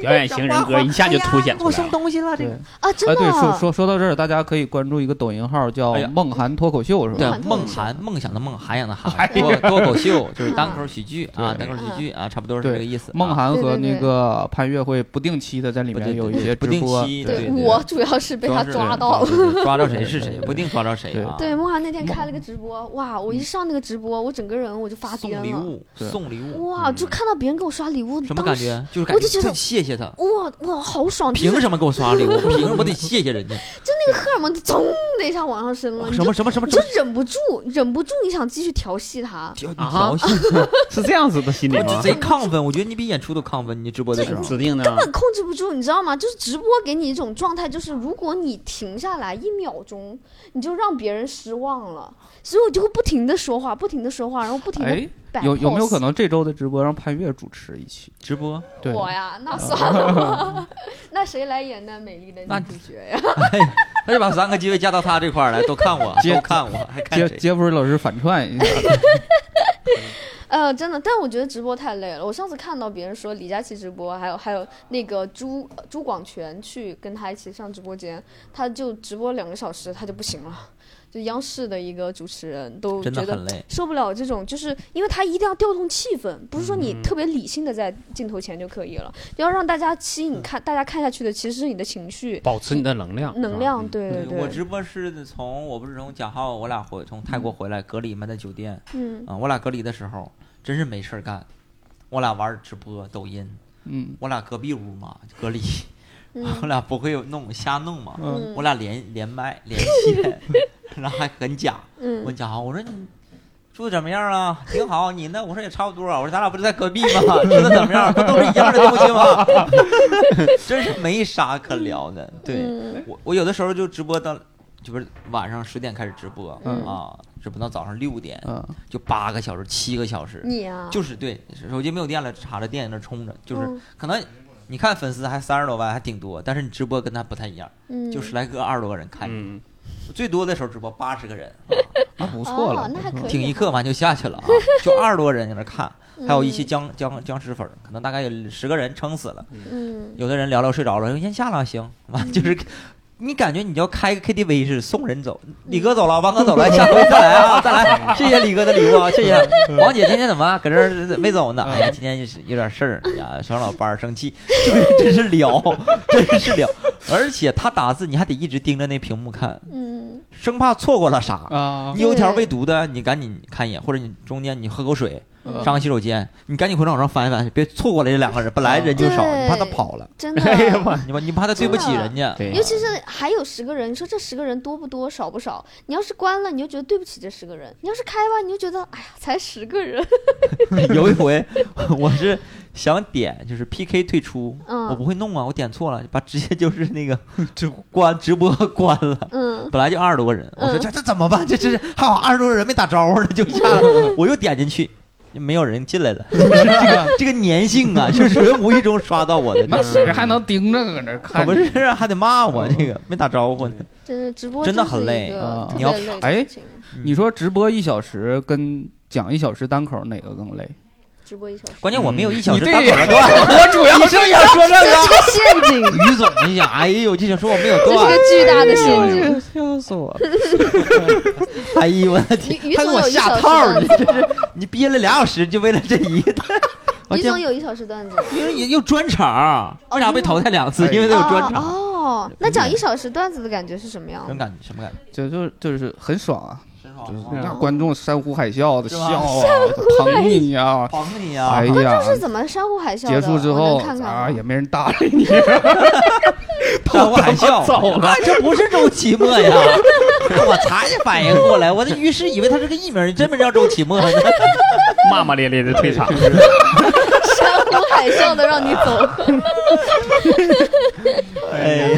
表演型人格一下就凸显出来了。
对，
啊，真
哎
的
对，说
啊，
说说到这儿，大家可以关注一个抖音号叫
哎呀
“梦涵脱口秀”，是吧？
对
梦，
梦
涵
涵梦想的梦，涵养的涵，脱脱口秀 就是单口喜剧啊，
嗯
对
单口喜剧啊，差不多是
对
这个意思啊。
梦涵
对
和
对对
那个潘越会不定期的在里
不
面
定
有一些
不
直
定
播。
期对
对
对
我主要是被他抓到了。
了，抓到谁 是谁，不一定抓到谁啊。
对，梦涵那天开了个直播，哇！我一上那个直播，我整个人我就发
嗯送
癫
礼
了，
物，
对
送礼物，嗯
哇！就看到别人给我刷礼物，
什么
当
感
时？
觉？就是
我
感
就觉得
特谢谢他。
哇哇，好爽！就
凭
是
什么给我 刷礼物？凭什么我得谢谢人家？
荷尔蒙就噌的一下往上升了，你
哦什
就
么什么什么
你就忍不住，忍不住你想继续调戏他。
调你
啊
调戏，
是这样子的心理
我就
吗？
贼亢奋。我觉得你比演出都亢奋，你直播的时候。
指定的啊
根，本控制不住，你知道吗？就是直播给你一种状态，就是如果你停下来一秒钟，你就让别人失望了。所以我就会不停的说话，不停的说话，然后不停的
哎，
摆 pose。
有有没有可能这周的直播让潘越主持一期？
直播，
对，啊
我呀，那算了 吧。那谁来演那美丽的
那
女主角呀？
那就把三个机位加到他这块儿来，都看我，
接
都看我，还看
杰
谁？
杰弗瑞老师反串一下，
呃，真的，但我觉得直播太累了。我上次看到别人说李佳琦直播，还有还有那个朱呃朱广权去跟他一起上直播间，他就直播两个小时，他就不行了。就央视的一个主持人都
真的
觉得
很累。
受不了这种，就是因为他一定要调动气氛，不是说你
嗯
特别理性的在镜头前就可以了，要让大家吸
嗯
引看，大家看下去的其实是你的情绪、
保持你的能量，
能量，对对
啊嗯我
对，
直播是从我不是从贾浩，我俩回从泰国回来隔离嘛，在酒店
嗯
啊、我俩隔离的时候真是没事儿干，我俩玩儿直播、抖音，
嗯
我俩隔壁屋嘛隔离，我
嗯
俩不会弄瞎弄嘛，
嗯，
我俩连连麦连线，然后还很假。
嗯
问贾豪，我说你住的怎么样啊？挺好，你呢？我说也差不多。啊我说咱俩不是在隔壁吗？ 住的怎么样？不都是一样的东西吗？ 真是没啥可聊的。对
嗯
我，我有的时候就直播到，就不是晚上十点开始直播
嗯
啊，直播到早上六点，
嗯
就八个小时、七个小时，
你啊，
就是对手机没有电了，插着电在那充着，就是
嗯
可能。你看粉丝还三十多万，还挺多，但是你直播跟他不太一样，
嗯
就十来个、二十多个人看你，
嗯，
最多的时候直播八十个人，啊
那不错
哦
了，
那还
不
可
错
以
嗯听一刻完就下 去了啊，就二十多人在那看，还有一些僵僵僵尸粉儿，可能大概有十个人撑死了，
嗯，嗯
有的人聊聊睡着了，说先下了啊行，完就是。 你感觉你要开个 KTV 是送人
嗯
走，李哥走了，王哥走了，下回再来啊，再来，谢谢李哥的礼物啊，谢谢。 王姐今天怎么啊搁这儿没走呢？哎
嗯
呀，今天是有点事儿，哎呀，小老伴儿生气， 真是聊，真是聊，而且他打字你还得一直盯着那屏幕看，
嗯，
生怕错过了啥。
啊，
你有一条未读的，你赶紧看一眼，或者你中间你喝口水，
嗯
呃上个洗手间，你赶紧回头往上翻一翻，别错过了这两个人，本来人就少，
对啊
你怕他跑了，
真的。
哎
你怕你怕他对不起人家。
对
尤其是还有十个人，你说这十个人多不多，少不少？你要是关了，你就觉得对不起这十个人；你要是开吧，你就觉得哎呀，才十个人。 啊
有一回，我是想点就是 PK 退出，
嗯
我不会弄啊，我点错了，把直接就是那个就关直播关了。
嗯
本来就二十多个人，我说
嗯
这这怎么办？这这是还有二十多个人没打招呼呢，就下了，我又点进去。没有人进来了， 这个这个粘性啊，就是无意中刷到我的，
那谁还能盯着搁那儿
可
看？
不是啊，还得骂我这个没打招呼呢。
真的直播
真的
就是
很
一
累
个
啊
特
你
别
要
累的
哎
事情
你说直播一小时跟讲一小时单口哪个更累？
直播一小时，
关键我没有一小
你
时
这
大口的段，
我主要
正想说这
这个陷
个。
阱，
于总一下，哎呦，就想说我没有
这是
段，
个巨大的陷阱。
笑死我！
哎呦我的天
于于，
还给
总
我
有一小
下
时
套儿，
段
你这是你憋了俩小时就为了这一个，我
于
这
总有一小时段子，
又又专场儿，为啥被淘汰两次？
哎
因为他有专场，
哦，哦那讲一小时段子的感觉是什么样
什
的
么？感觉？什么感觉？
就就就是很爽啊！就是
嗯
那观众山呼海啸的
是
笑
吧
啊，捧你呀，
捧你啊
哎！呀，
是怎么珊瑚海啸的？
结束之
我
后
能看看
啊
吗
也没人搭理你，
山呼海啸，
走了
啊这不是周奇墨呀！ 我才反应过来，我这于是以为他是个艺名，真没叫周奇墨呢。
骂骂咧咧的退场。
山呼海啸的让你走。
哎，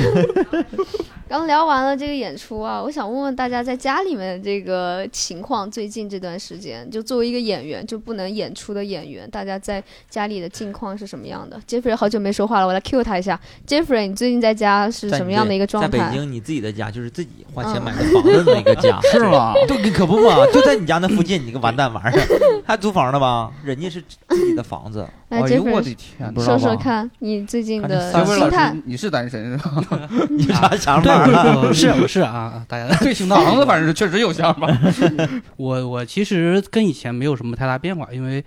刚聊完了这个演出啊，我想问问大家在家里面这个情况，最近这段时间，就作为一个演员，就不能演出的演员，大家在家里的境况是什么样的？Jeffrey 好久没说话了，我来 cue 他一下。Jeffrey，你最近在家是什么样的一个状
在北
态？嗯
京，你自己的家就是自己花钱买的房子的那个 家，
是？吗？
对，可不嘛，就在你家那附近，你个完蛋玩 意儿，还租房呢吧？人家是自己的房子，
哦
来
哎呦我的
，Jeffrey，
天，
说说看你最近的
三位
心
老
态
师。，你是单身是吧？
嗯
你有啥想
对，
法
我
了？
我是我是啊啊，大家，
对，行堂子反正是确实有想法。
我我其实跟以前没有什么太大变化，因为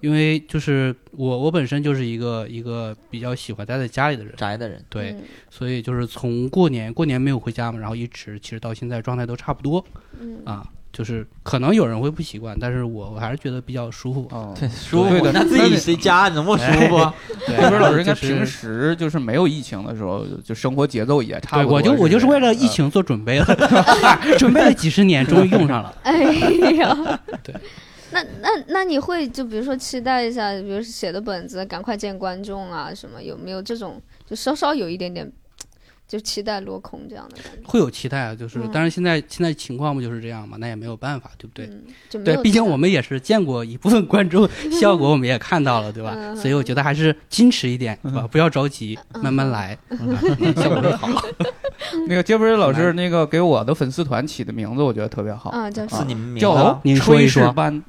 因为就是我我本身就是一个一个比较喜欢待在家里的人，
宅的人，
对，
嗯，
所以就是从过年过年没有回家嘛，然后一直其实到现在状态都差不多
嗯
啊，就是可能有人会不习惯，但是我我还是觉得比较舒服。
哦
舒
对
服。
的
那自己谁家能不舒服？啊
那边老师应该
就是
平时就是没有疫情的时候，就生活节奏也差
对，
不多。
我就我就是为了疫
情。
情做准备了，准备了几十年，终于用上了。
哎呀，
对。
那那那你会就比如说期待一下，比如说写的本子赶快见观众啊什么，有没有这种就稍稍有一点点就期待落空这样的感觉？
会有期待啊，就是
嗯，
但是现在现在情况不就是这样嘛，那也没有办法，对不对？
嗯，就没
对
有，
毕
期
竟
待
我们也是见过一部分观 众效果，我们也看到了，对吧？
嗯
所以我觉得还是矜持一点，吧，不要着急，
嗯
慢慢来，效果会好。
那个杰弗瑞老师那个给我的粉丝团起的名字，我觉得特别好，
啊，叫
是你们名字
叫
啊
您说
炊
一说
事班，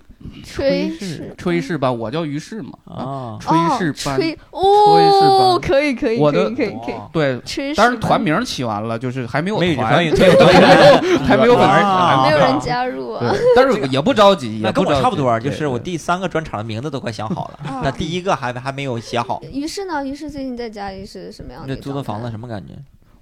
炊
事
事
炊事班，我叫于适嘛，啊，
啊？
炊事
哦
班，
炊哦，
炊事班
可以可以
我
可
的
以 可以可以，
对，
炊事
当
班
然团名起完了，就是还没有
没有
团
团， 员，没有团员，
还没有粉丝，
啊
没有人
加，
加 入啊，
对但是也不着急，
那
也
跟
不
我
着急
差不多，就
对
是我第三个专场的名字都快想好了，
啊嗯
那第一个还还没有写好。
于是呢，于是最近在家里是什么样
你
的
这
一个
租
状态？
的房子什么感觉？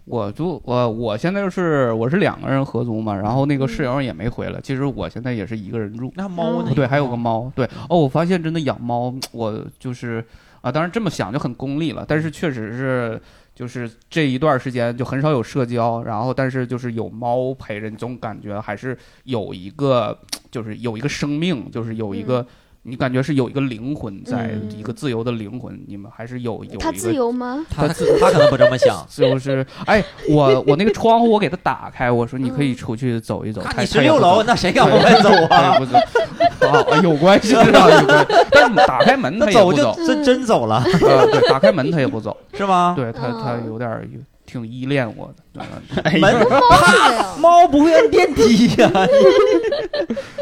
我就我我现在就是我是两个人合租嘛，然后那个室友也没回来，其实我现在也是一个人住，
那猫呢
嗯
哦？对，
哎
还有个猫，对哦，我发现真的养猫，我就是啊，当然这么想就很功利了，但
嗯
是确实是。就是这一段时间就很少有社交，然后但是就是有猫陪着，你总感觉还是有一个，就是有一个生命，就是有一个，你感觉是有一个灵魂在，
嗯
一个自由的灵魂，你们还是有有一个。
他自由吗？
他他可能不这么 想
就是，哎，我我那个窗户我给它打开，我说你
嗯
可以出去走一走。
看
太
你十六楼，，那 谁敢往外走
太阳
啊？
哎不走太阳不走啊，有关系啊，有关系。但是打 开门它
那
也
走嗯
不
就
走，
真真走了，
呃，对，打开门它也不走，
是吗？
对它它
嗯
有点儿有挺依恋我的， 真的
门
是这 样。
猫不会摁电梯呀、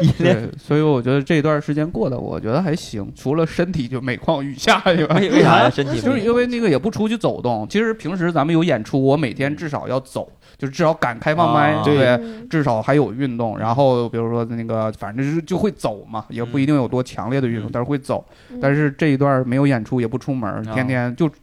依恋
对，所以我觉得这段时间过得，我觉得还行，除了身体就每况愈下，对吧？
为为哎啥呀？身体
就
不
是因为那个也不出去走动。其实平时咱们有演出，我每天至少要走，就是至少赶开放麦，
啊
对不对？
嗯
至少还有运动，然后比如说那个，反正就是就会走嘛，也不一定有多强烈的运动，
嗯
但是会走。但是这一段没有演出，也不出门，天天就取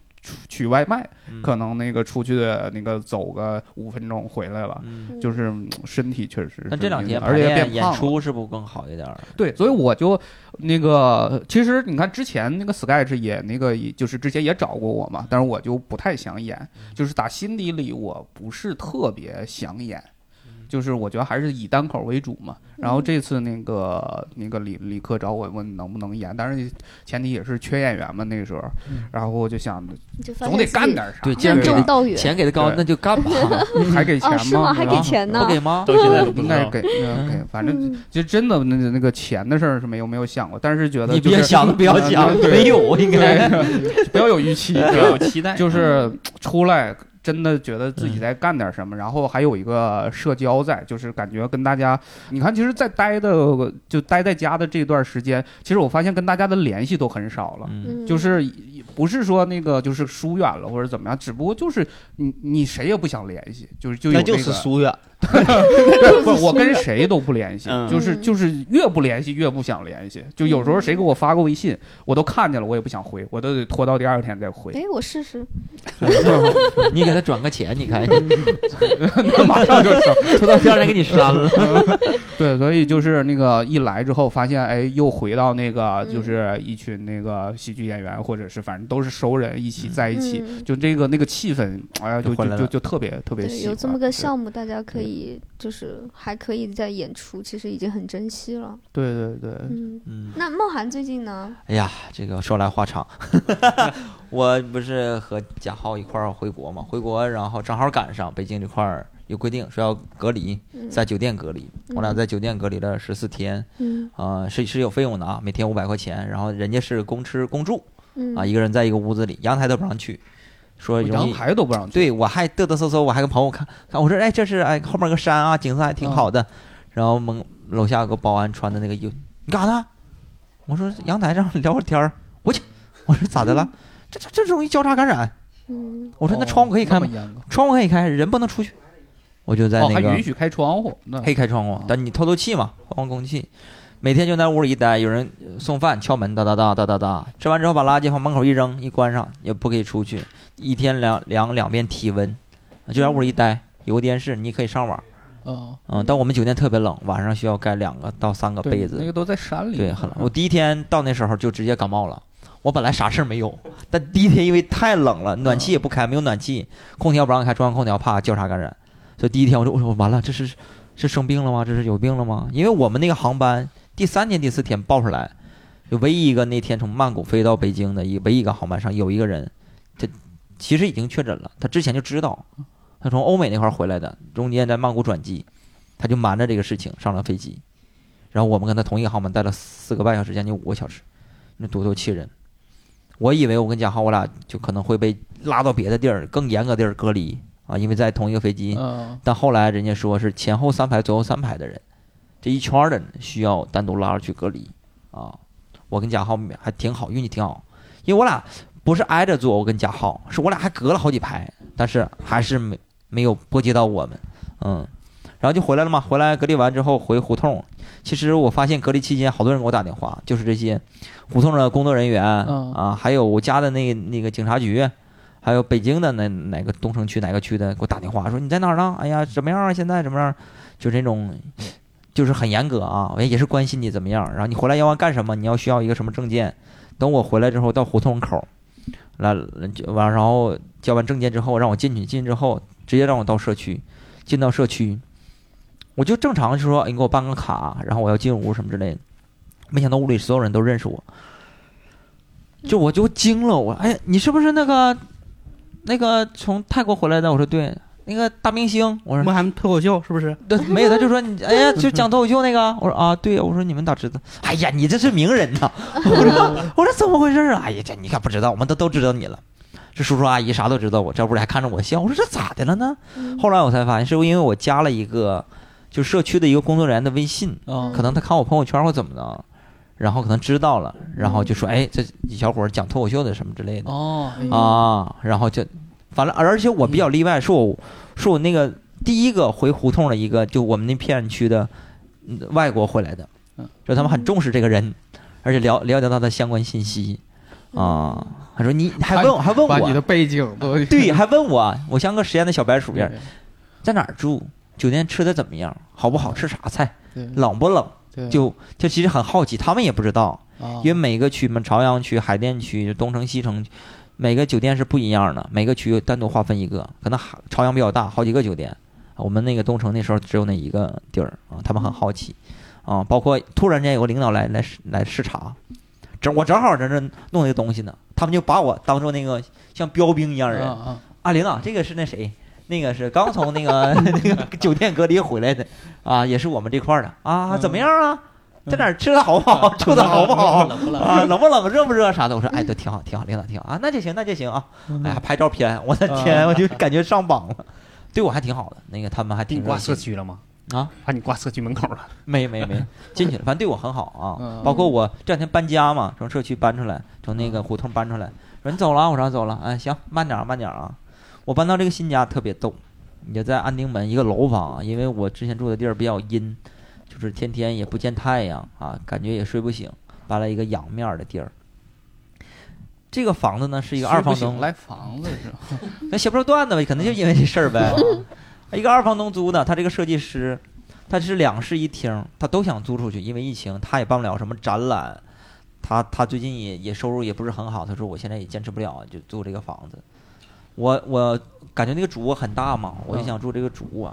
取外卖，
哦嗯
可能那个出去的那个走个五分钟回来了，
嗯，
嗯
就是嗯身体确实是
那这两天
而且也
排练
变
演
胖了
出是不是更好一点儿？
对，所以我就那个，其实你看之前那个 Sketch 也那个，也就是之前也找过我嘛，但是我就不太想演，
嗯
就是打心底里我不是特别想演。就是我觉得还是以单口为主嘛，
嗯
然后这次那个那个李李克找我问能不能演，但是前提也是缺演员嘛那个时候，然后我就想
你就发现
总得
自己
干点啥，
嗯对
任
见
重
吧
道远。
钱给的高，
对
那就干吧，
还给钱
哦，是吗？还给钱呢
不？给吗？
到现在都不
应
知
该
道。
给呃给，反正
嗯
就真的那那个钱的事儿是没有没有想过，但是觉得
你
就是
别想了，不要想，
对
没有应该。嗯
对，不要 有预期，
比
对
较有期
哎
待，
就是
嗯
出来真的觉得自己在干点什么，然后还有一个社交在，就是感觉跟大家，你看，其实，在待的就待在家的这段时间，其实我发现跟大家的联系都很少了。
嗯
嗯
就是也不是说那个就是疏远了或者怎么样，只不过就是你你谁也不想联系，就是就有
那
那个
就是 疏远。
不，我跟谁都不联系，
嗯
就是
嗯
就是越不联系越不想联系。就有时候谁给我发个微信，我都看见了，我也不想回，我都得拖到第二天再回。
哎，我试试。
你给他转个钱，你看，
那 马上就 成。
抽到第二天给你删了。
对，所以就是那个一来之后，发现哎，又回到那个
嗯
就是一群那个喜剧演员，或者是反正都是熟人一起在一起，
嗯
就这个那个气氛，哎呀，就
就回
就
来
就
了
就特别特别
对，
喜欢。
有这么个
对
项目，大家可以就是还可以再演出，其实已经很珍惜了。
对对对，
嗯，
嗯，
那梦涵最近呢？
哎呀，这个说来话长， 我不是和贾浩一块儿回国嘛，回国然后正好赶上北京这块儿有规定说要隔离，
嗯
在酒店隔离，我俩在酒店隔离了十四天，
嗯
啊，是是有费用的啊，每天五百块钱，然后人家是公吃公住
嗯
啊，一个人在一个屋子里，阳台都不让去，说容
阳
易。
台都不让去。
对我还嘚嘚瑟瑟，我还跟朋友看看，我说哎，这是哎后面有个山啊，景色还
嗯
挺好的。然后门楼下有个保安穿的那个衣服，你干啥呢？我说阳台上聊会儿天儿。我去，我说咋的了？这这这容易交叉感染。
嗯
我
哦
说那窗户可以开
看
吗
吗？？
窗户可以开，人不能出去。我就在
哦，
那
还
个、
允许开窗户，那
可以开窗户，但你透透气嘛，换换空气。每天就在屋里一待，有人呃送饭，敲门，哒哒哒哒哒哒。吃完之后把垃圾往门口一扔，一关上，也不可以出去。一天量量两遍体温，就在屋里一待，有个电视，你可以上网。
嗯，
嗯，但我们酒店特别冷，晚上需要盖两个到三个
对
被
那
子，
个都在山里，嗯
对，很冷。我第一天到那时候就直接感冒了。我本来啥事儿没有，但第一天因为太冷了，暖气也不开，没有暖气，空调不让开，中央空调怕交叉感染，所以第一天我就我说完了，这是是生病了吗？这是有病了吗？因为我们那个航班第三天、第四天报出来，就唯一一个那天从曼谷飞到北京的一唯一一个航班上有一个人，他其实已经确诊了，他之前就知道，他从欧美那块儿回来的，中间在曼谷转机，他就瞒着这个事情上了飞机，然后我们跟他同一个航班待了四个半小时，将近五个小时，那多多气人！我以为我跟贾浩我俩就可能会被拉到别的地儿更严格地儿隔离啊，因为在同一个飞机，
嗯，
但后来人家说是前后三排、左右三排的人，这一圈儿的人需要单独拉出去隔离啊。我跟贾浩还挺好，运气挺好，因为我俩不是挨着坐，我跟贾浩是我俩还隔了好几排，但是还是没没有波及到我们，嗯。然后就回来了嘛，回来隔离完之后回胡同，其实我发现隔离期间好多人给我打电话，就是这些胡同的工作人员、
嗯
啊，还有我家的那那个警察局，还有北京的哪哪个东城区哪个区的给我打电话说你在哪儿呢？哎呀，怎么样啊？现在怎么样？就是那种，就是很严格啊，我也是关心你怎么样。然后你回来要完干什么？你要需要一个什么证件？等我回来之后到胡同口，来就完，然后交完证件之后让我进去，进去之后直接让我到社区，进到社区，我就正常就说哎你给我办个卡，然后我要进屋什么之类的。没想到屋里所有人都认识我，就我就惊了，我哎，你是不是那个那个从泰国回来的？我说对，那个大明星。我说
梦涵脱口秀是不是？
对，没有，他就说你，哎呀，就讲脱口秀那个，我说啊，对呀，我说你们咋知道？哎呀，你这是名人呐！我说我说怎么回事啊？哎呀，这你可不知道，我们都都知道你了。这叔叔阿姨啥都知道我，这屋里还看着我笑。我说这咋的了呢？后来我才发现，是因为我加了一个就社区的一个工作人员的微信，
啊
可能他看我朋友圈或怎么的，然后可能知道了，然后就说哎，这小伙儿讲脱口秀的什么之类的。
哦，
啊，然后就，反正而且我比较例外，是我是我那个第一个回胡同的一个，就我们那片区的嗯外国回来的
嗯，
就他们很重视这个人，而且了了解到他的相关信息
嗯
嗯
啊。他说你还问我还问
把你的
我，
背景都
对，还问我，我像个实验的小白鼠一样
对，
在哪儿住，酒店吃的怎么样，好不好吃啥菜，
对
冷不冷，
嗯对哦
就就其实很好奇，他们也不知道。
啊
因为每个区嘛，朝阳区、海淀区、东城、西城，每个酒店是不一样的，每个区单独划分一个。可能哈朝阳比较大，好几个酒店。我们那个东城那时候只有那一个地儿啊，他们很好奇
嗯
啊。包括突然间有个领导来来视来视察，正我正好在这弄那个东西呢，他们就把我当做那个像标兵一样的人。
啊
啊，领导，这个是那谁，那个是刚从那 个那个酒店隔离回来的啊，也是我们这块儿的啊，怎么样啊？在哪儿吃的好不好？住的好不好？
嗯冷不冷
啊，冷不冷，热不热啥的，我说哎，都挺好，挺好，领导挺好啊，那就行，那就行啊，
嗯
哎，还拍照片，我的天，我就感觉上榜了，对我还挺好的，那个他们还
给你
挺
挂
热
社
情，
区了吗？
啊，
把你挂社区门口了。
没没没进去了，反正对我很好啊
嗯，
包括我这两天搬家嘛，从社区搬出来，从那个胡同搬出来，说你走了啊，我说走了，哎，行，慢点儿慢点儿啊，我搬到这个新家特别逗，也在安定门一个楼房啊，因为我之前住的地儿比较阴，就是天天也不见太阳啊，感觉也睡不醒，搬了一个阳面儿的地儿。这个房子呢是一个二房东，
来房子是吧？
那写不出段子呗，可能就因为这事儿呗。啊一个二房东租的，他这个设计师，他是两室一厅，他都想租出去，因为疫情，他也办不了什么展览，他他最近也也收入也不是很好，他说我现在也坚持不了，就租这个房子。我我感觉那个主卧很大嘛，我就想住这个主卧，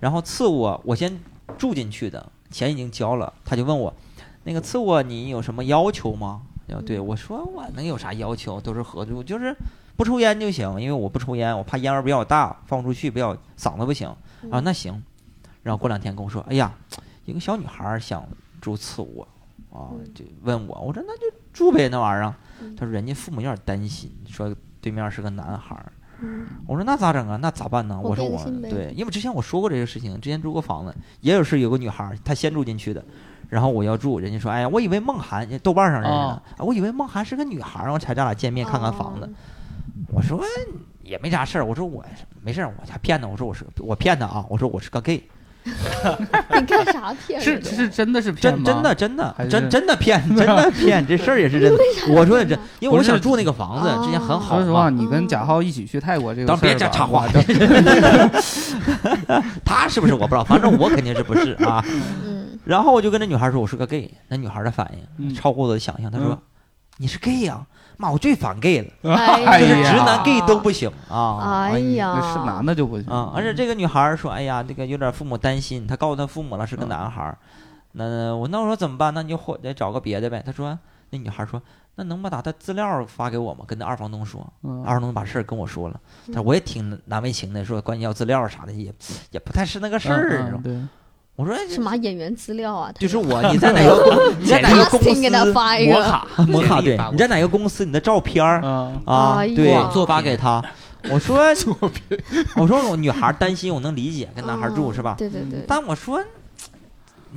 然后次卧我先住进去的，钱已经交了，他就问我，那个次卧你有什么要求吗？然后对我说我能有啥要求，都是合租，就是不抽烟就行，因为我不抽烟，我怕烟味儿比较大，放出去比较嗓子不行
嗯
啊。那行，然后过两天跟我说，哎呀，一个小女孩儿想住次卧啊，
嗯
就问我，我说那就住呗，那玩意儿。啊他说人家父母有点担心，说对面是个男孩儿。
嗯
我说那咋整啊？那咋办呢？
我
我说
担
我
心呗
对，因为之前我说过这个事情，之前租过房子，也有是有个女孩儿，她先住进去的，然后我要住，人家说哎呀，我以为梦涵，豆瓣上认识的，
哦
啊我以为梦涵是个女孩儿，我才咱俩见面看
哦
看房子。我说也没啥事儿，我说我没事儿，我还骗他，我说我是我骗他啊，我说我是个 gay，
哦。你干啥骗人
是
的？
是真的是骗
真
吗
真的真的
还是
真真的骗 真的骗，这事儿也是真的。我说的真，因为我
不是
想住那个房子，之前很好
说实话，
嘛。
你跟贾浩一起去泰国这个
当然别
事儿
讲
吧
插话
我的，
他是不是我不知道，反正我肯定是不是啊。
嗯，
然后我就跟那女孩说我是个 gay，那女孩的反应
嗯
超乎我的想象，她
嗯
说你是 gay 呀、妈，我最烦 gay 了，
哎
就是
呀
直男 gay 都不行啊。
哎呀，
那是男的就不行
啊！而且这个女孩儿说：“哎呀，这个有点父母担心，她告诉她父母了是个男孩儿。那我那我说怎么办？那你就或得找个别的呗。她说：“那女孩儿说，那能把她的资料发给我吗？跟那二房东说。
嗯
二房东把事儿跟我说了，但我也挺难为情的，说关于要资料啥的也也不太是那个事儿。
嗯嗯对，
我说哎
什么演员资料啊？他
就是我，你在哪个公，你在哪个公司
，casting 给他发一个，
摩卡，
摩卡对
发，过
你在哪个公司，你的照片儿
嗯，
啊，
哎
对
呀，
发给他。我说，我说我女孩担心，我能理解，跟男孩住
嗯
是吧？
对对对，
但我说，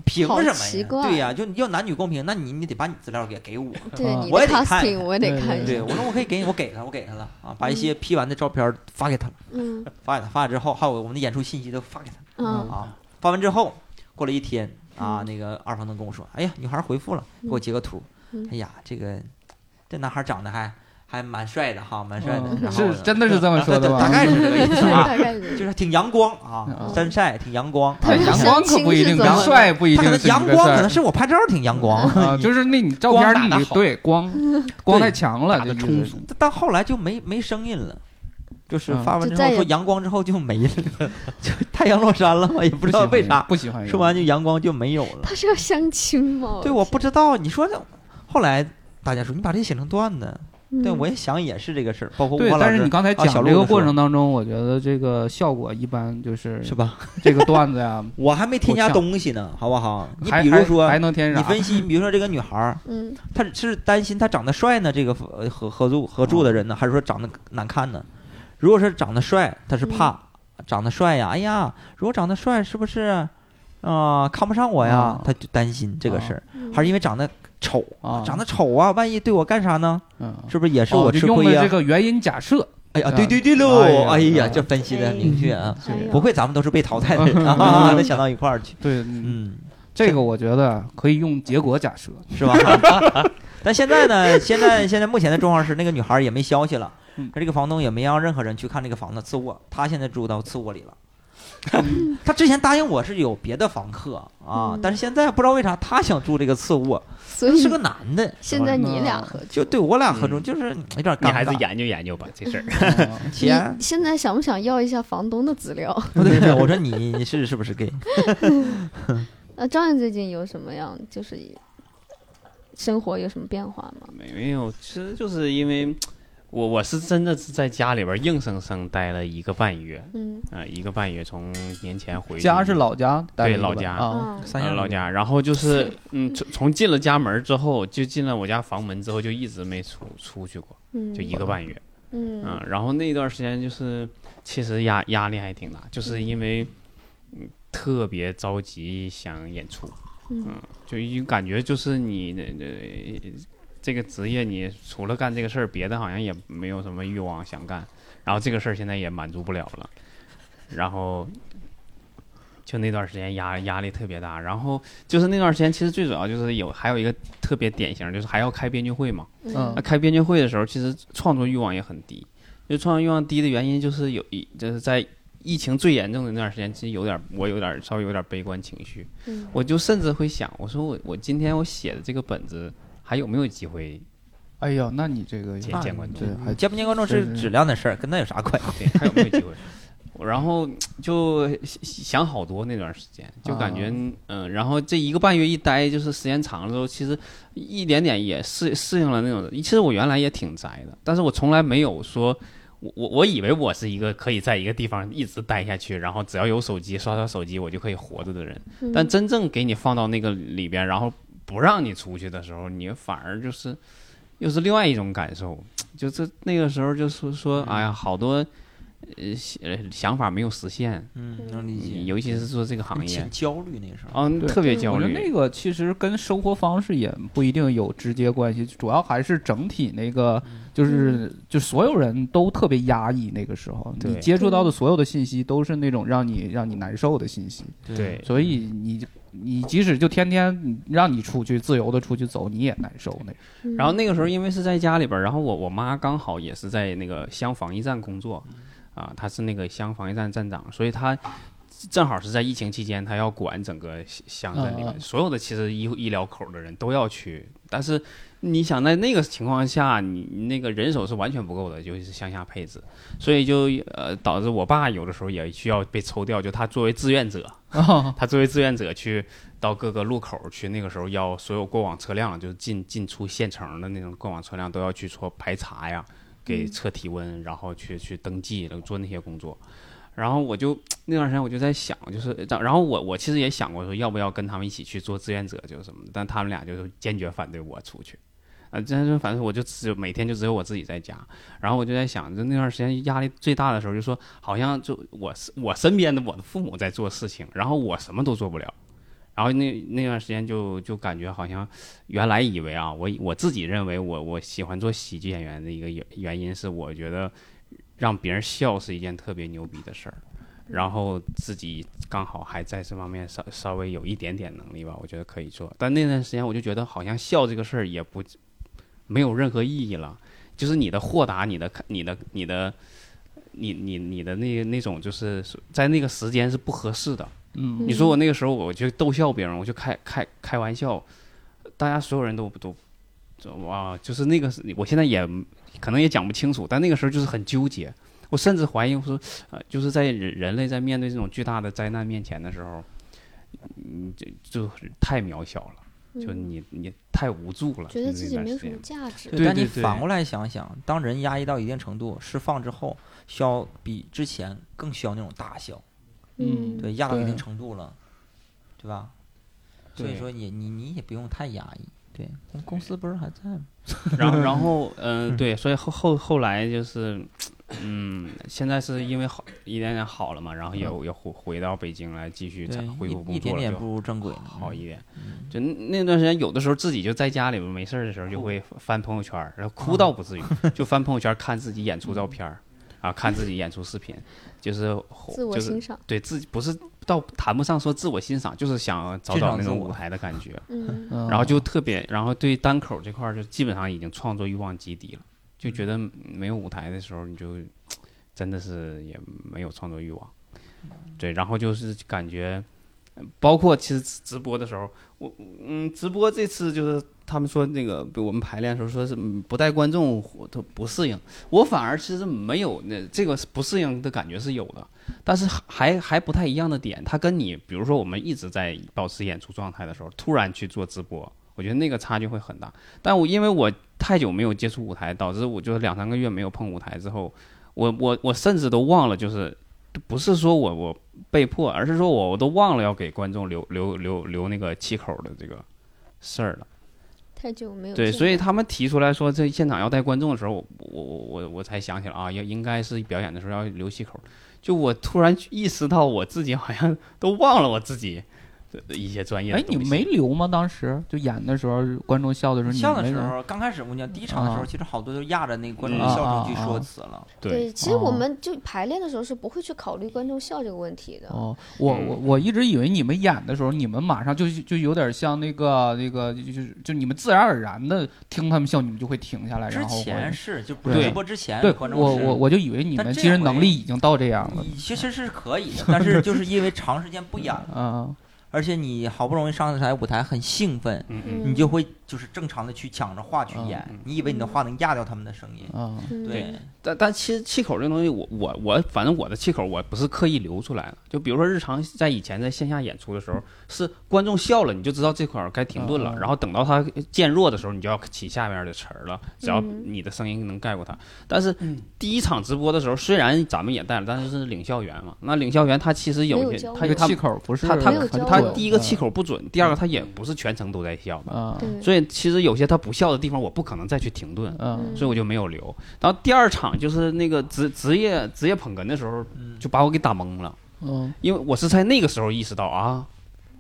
凭
好
什
奇
么呀？
怪
对呀，就你要男女公平，那你你得把你资料给给我。
对你
我
的
也得看
casting 我也得看一
对，
下，
我说我可以给你，我给他，我给他了啊，把一些 P 完的照片儿发给他了，
嗯
发给他，发了之后，还有我们的演出信息都发给他。
嗯
啊，发完之后过了一天啊，那个二房东跟我说，哎呀，女孩回复了，给我截个图
嗯。
哎呀，这个这男孩长得还还蛮帅的哈，蛮帅的
哦
嗯，
然后
是真的是这么说的
大
吧？
概是这个意思 啊，
大概
就是是挺阳光
嗯
啊，三晒挺阳光。啊
他
哎
是
阳光可不一定，
相亲是怎么
阳帅不一
他
定
可能
是
阳
一个
光，
事儿
可能是我拍照挺阳光，
啊，就是那你照片
光打
你
得好
对光光太强了，
打得
这意思
充足
但后来就没没声音了。就是
嗯
发完
就
之
再
后
也
说阳光之后就没了， 就太阳落山了嘛，也不
不
知
喜
道
欢
为啥。
不喜欢
说完就阳光就没有了。
他是要相亲吗？
对，我不知道。你说这，后来大家说你把这写成段子，对，
嗯
我也想也是这个事儿，包括
对
吴，华老
但是
师
你刚才
啊小
讲
鹿
这个
的
过
说
程当中，我觉得这个效果一般，就是
是吧？，
这个段子呀
我还没添加
我想
东西呢，好不好？你
还
比如
还
说
还，能添啥
你？分 析，比如说这个女孩儿，
嗯，
她是担心她长得帅呢，这个呃合合住合住的
哦
人呢，还是说长得难看呢？如果是长得帅，她
嗯
是怕长得帅呀，哎呀，如果长得帅是不是啊看不上我呀
啊？
她就担心这个事儿，
哦
嗯
还是因为长得丑，
啊，
长得丑啊，万一对我干啥呢？
嗯，
是不是也是
哦
我
就
吃
用
亏
的
呀
这？个原因假设，
哎呀，
啊
对对对
哎
喽！
呀嗯
哎呀，
啊
这分析的
哎
明确啊，
哎呀
不会咱们都是被淘汰
嗯
的人啊， 能想到一块儿去，
对，
嗯，
这个我觉得可以用结果 假设，
是吧？ 但现在呢，现在现在目前的状况是，那个女孩儿也没消息了
嗯，
她这个房东也没让任何人去看这个房子次卧，她现在住到次卧里了。
嗯
她之前答应我是有别的房客啊
嗯，
但是现在不知道为啥她想住这个次卧，
所以
是个男的，
现在你俩合
就对我俩合
嗯
中就是有点
你
尴
还是
尬。
研究研究吧这事儿。
嗯
你
钱
现在想不想要一下房东的资料？
不对， 我说你你是是不是 gay？
那张燕最近有什么样就是生活有什么变化吗？
没没有，其实就是因为我我是真的是在家里边硬生生待了一个半月
嗯
啊、呃一个半月从年前回去
家是老家，待
对
着
老
吧
家
啊，
嗯
三
呃
亚
老家，然 后就是嗯从从进了家门之后，就进了我家房门之后，就一直没出出去过，
嗯，
就一个半月。
嗯
嗯，然后那段时间就是，其实压压力还挺大，就是因为，嗯，特别着急想演出，
嗯
就一感觉就是你的呃这个职业，你除了干这个事儿，别的好像也没有什么欲望想干，然后这个事儿现在也满足不了了，然后。就那段时间压压力特别大，然后就是那段时间，其实最主要就是有还有一个特别典型，就是还要开编剧会嘛，
嗯
那啊开编剧会的时候，其实创作欲望也很低。就创作欲望低的原因，就是有一就是在疫情最严重的那段时间，其实有点我有点稍微有点悲观情绪。
嗯
我就甚至会想，我说我我今天我写的这个本子还有没有机会？
哎呦，那你这个
见见观众
对，还
见不见观众是
是
质量的事儿，跟那有啥关系？
对，还有没有机会？ 我然后就想好多那段时间，就感觉嗯、然后这一个半月一待，就是时间长了之后，其实一点点也适适应了那种。其实我原来也挺宅的，但是我从来没有说，我我我以为我是一个可以在一个地方一直待下去，然后只要有手机刷刷手机我就可以活着的人。
嗯
但真正给你放到那个里边，然后不让你出去的时候，你反而就是又是另外一种感受。就这那个时候就是
嗯
说，哎呀，好多呃想呃想法没有实现，
嗯，
能
能理解。
尤其是做这个行业
挺，焦虑那时候。
啊，
对
特别
对
焦
我觉得
虑
那。个其实跟生活方式也不一定有直接关系，主要还是整体那个，
嗯
就是就所有人都特别压抑。那个时候，
对
你接触到的所有的信息都是那种让你让你难受的信息，
对，
所以你你即使就天天让你出去自由的出去走，你也难受。那个
嗯
然后那个时候因为是在家里边儿，然后我我妈刚好也是在那个乡防疫站工
嗯
作，啊，她是那个乡防疫站站长，所以她正好是在疫情期间，她要管整个乡乡镇里
嗯
面
嗯
所有的其实医医疗口儿的人都要去，但是你想在那个情况下，你你那个人手是完全不够的，尤其是乡下配置，所以就呃导致我爸有的时候也需要被抽调，就他作为志愿者，他作为志愿者去到各个路口去，那个时候要所有过往车辆，就是进进出县城的那种过往车辆都要去做排查呀，给测体温，然后去去登记，做那些工作。然后我就那段时间我就在想，就是然后我我其实也想过说要不要跟他们一起去做志愿者，就是什么的，但他们俩就是坚决反对我出去。啊，这就反正我就只有每天就只有我自己在家，然后我就在想，就那段时间压力最大的时候，就说好像就我是我身边的我的父母在做事情，然后我什么都做不了。然后那那段时间就就感觉好像原来以为啊，我我自己认为我我喜欢做喜剧演员的一个原原因是，我觉得让别人笑是一件特别牛逼的事儿，然后自己刚好还在这方面稍稍微有一点点能力吧，我觉得可以做。但那段时间我就觉得好像笑这个事儿也不没有任何意义了，就是你的豁达，你的你的你的你你你的那那种就是在那个时间是不合适的。
嗯，
你说我那个时候我就逗笑别人，我就开开开玩笑，大家所有人都都都哇，就是那个我现在也可能也讲不清楚，但那个时候就是很纠结。我甚至怀疑我说，呃，就是在人人类在面对这种巨大的灾难面前的时候，嗯，这就是太渺小了。就
嗯
你你太无助了，
觉得
那
自己
段
没有
时
什么
间
价值。
对但你反过来想想，当人压抑到一定程度，释放之后，需要比之前更需要那种大笑。
嗯
对，压到一定
对
程度了，对吧？所以
对
说也你你也不用太压抑。对，我们公司不是还在吗？
然后，然后，嗯、对，所以后后后来就是，嗯，现在是因为好一点点好了嘛，然后也也回回到北京来继续再恢复
对，一
工作
一点
了，
点
就
步入正轨呢。
好一点。
嗯
就那段时间，有的时候自己就在家里边没事儿的时候，就会
嗯
翻朋友圈儿，然后哭倒不至于， 就翻朋友圈儿看自己演出照
嗯
片儿，啊，看自己演出视频，就是
自我
就是
欣赏，
对自己不是到谈不上说自我欣赏，就是想找
欣赏
找那
自
种
我
舞台的感觉。
嗯，
嗯
然后就特别，然后对单口这块儿就基本上已经创作欲望极低了，就觉得没有舞台的时候，你就真的是也没有创作欲望。对，然后就是感觉，包括其实直直播的时候，我嗯，直播这次就是他们说那个我们排练的时候说是嗯不带观众都不适应，我反而其实没有那这个不适应的感觉是有的，但是还还不太一样的点，它跟你比如说我们一直在保持演出状态的时候，突然去做直播，我觉得那个差距会很大。但我因为我太久没有接触舞台，导致我就是两三个月没有碰舞台之后，我我我甚至都忘了，就是不是说我我被迫，而是说我我都忘了要给观众留留留留那个气口的这个事儿了。
太久没有
对，
见
所以
到
他们提出来说这现场要带观众的时候，我我我我我才想起来啊，要应该是表演的时候要留气口。就我突然意识到我自己好像都忘了我自己的的一些专业的
哎，你
东西
没留吗？当时就演的时候，观众笑的时候，你
笑的
没
时
留
候，刚开始我跟你讲，第一场的时候，
啊
其实好多都压着那个观众的
嗯
笑声去
啊啊
说
啊
辞了。
对，
其实我
哦
们就排练的时候是不会去考虑观众笑这个问题的。
哦，我
嗯
我我一直以为你们演的时候，你们马上就就有点像那个那个，就就就你们自然而然的听他们笑，你们就会停下来，
之
然后
前
会
是就不
对
直播之前，
对
观众
我
是
我我就以为你
但
们
这
其实
回
能力已经到这样了
你其实是可以的，但是就是因为长时间不演了，
啊，
而且你好不容易上得台舞台，很兴奋，
嗯嗯，
嗯
你就会就是正常的去抢着话去演，你以为你的话能压掉他们的声音，
啊
嗯
对，
但但其实气口这东西我，我我反正我的气口我不是刻意留出来的。就比如说日常在以前在线下演出的时候，是观众笑了，你就知道这块儿该停顿了，
嗯嗯
然后等到他渐弱的时候，你就要起下面的词儿了，只要
嗯
你的声音能盖过他。但是第一场直播的时候，虽然咱们也带了，但是是领笑员嘛，那领笑员他其实
没有
有些
交
他
这
流
个
他
气口不是
他他
没有交嗯
他
嗯
流
第一个气口不准，第二个他也不是全程都在笑的，
啊
对，
所以其实有些他不笑的地方，我不可能再去停顿。
啊
嗯
所以我就没有留。然后第二场就是那个职职业职业捧哏的时候，
嗯，
就把我给打懵了，
嗯
因为我是在那个时候意识到啊，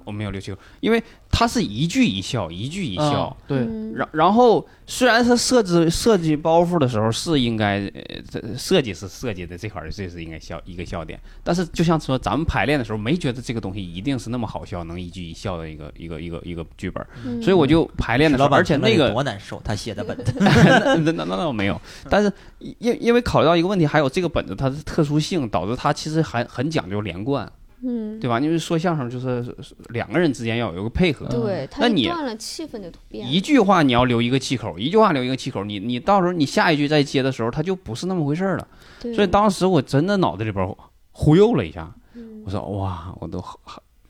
我没有留球，因为他是一句一笑，一句一笑。
啊对
嗯
然然后，虽然他设置设计包袱的时候是应该，呃，这设计是设计的这块儿这是应该笑一个笑点，但是就像说咱们排练的时候，没觉得这个东西一定是那么好笑，能一句一笑的一个一个一个一个剧本儿，
嗯
所以我就排练的时
老
候，
板
而且
听了
那
得
个
多难受，他写的本 子，
那那那那倒没有，但是因因为考虑到一个问题，还有这个本子它的特殊性，导致它其实还很讲究连贯，
嗯，
对吧？因为说相声就是两个人之间要有一个配合，
对，
那
他一
你
断了，气氛就变了。
一句话你要留一个气口，一句话留一个气口，你你到时候你下一句再接的时候，它就不是那么回事儿了。
对
所以当时我真的脑袋里边忽悠了一下，
嗯
我说哇，我都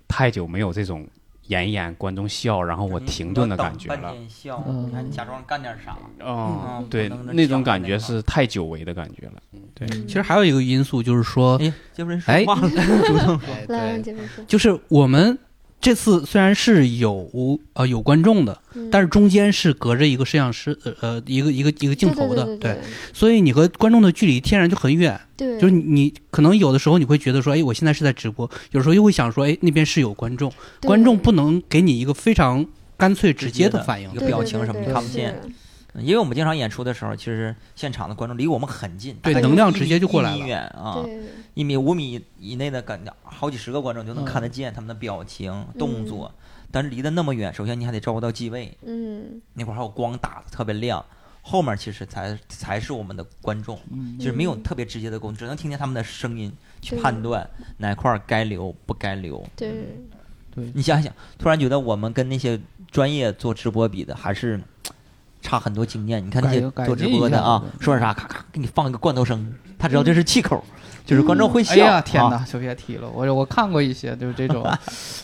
太久没有这种演一演观众笑，然后我停顿的感觉
你要
了
嗯等半。天笑，
嗯
你还假装干点啥，
哦
嗯，
对
不能，那
那种
抢
感
那
觉
个
是太久违的感觉了。
嗯
其实还有一个因素就是说，
哎，杰夫人说
哎
话 了，主动说，
来，让杰夫说，
就是我们这次虽然是有呃有观众的，
嗯
但是中间是隔着一个摄像师呃呃一个一个一个镜头的，
对对
所以你和观众的距离天然就很远。
对，
就是你你可能有的时候你会觉得说，哎，我现在是在直播，有时候又会想说，哎，那边是有观众，
对
观众不能给你一个非常干脆直接的反应
一。个表情什么
对对对对
看不见
是
嗯因为我们经常演出的时候，其实现场的观众离我们很近，
对
大概
能量
一米
直接就过来了
一米远啊，
对，
一米五米以内的感觉，好几十个观众就能
嗯
看得见他们的表情、动作。但是离得那么远，首先你还得照顾到机位，
嗯，
那会儿还有光打的特别亮，后面其实才才是我们的观众，
嗯
就是没有
嗯
特别直接的沟通，只能听见他们的声音去
对
判断哪块儿该留不该留。
对，
你想想，突然觉得我们跟那些专业做直播比的还是差很多经验。你看那些
改改
做直
进一
播的
下
啊
对，
说点啥咔咔给你放一个罐头声，他知道这是气口，就是观众会笑。
哎呀，天
啊
哪，就别提了，我我看过一些，就是这种，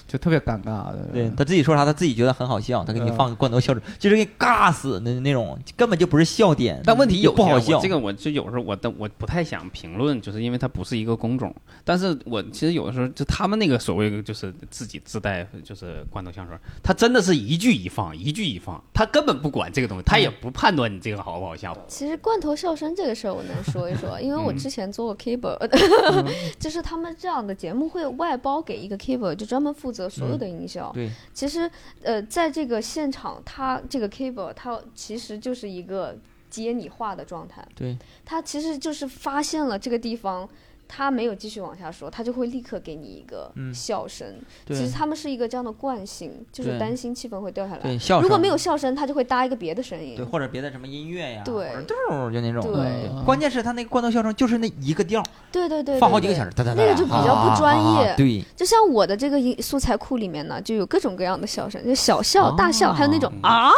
就特别尴尬的。
对他自己说啥，他自己觉得很好笑，他给你
嗯
放个罐头笑声，就是给你尬死的那种，根本就不是笑点。
但问题
也
有
不
些
好
我
笑，
这个我就有时候我但我不太想评论，就是因为它不是一个工种。但是我其实有的时候就他们那个所谓的就是自己自带就是罐头香水，他真的是一句一放，一句一放，他根本不管这个东西，他也不判断你这个好不好笑。
其实罐头笑声这个事儿，我能说一 说，因为我
嗯
之前做过 keeper，、就是
嗯
他们这样的节目会外包给一个 keeper，就专门负责所有的营销。
嗯对，
其实呃，在这个现场，他这个 keeper 他其实就是一个接你话的状态。
对，
他其实就是发现了这个地方。他没有继续往下说，他就会立刻给你一个
嗯
笑声。
对
其实他们是一个这样的惯性，就是
对
担心气氛会掉下来。
对笑声。
如果没有笑声，他就会搭一个别的声音。
对，或者别的什么音乐呀，
对
或者嘟儿就那种。
对
嗯关键是他那个罐头笑声就是那一个调儿，
对对对，
放好
对
几个
对
小时，哒哒哒
那个就比较不专
啊啊啊
业
对，
就像我的这个一素材库里面呢，就有各种各样的笑声，就小笑、大笑，还有那种啊，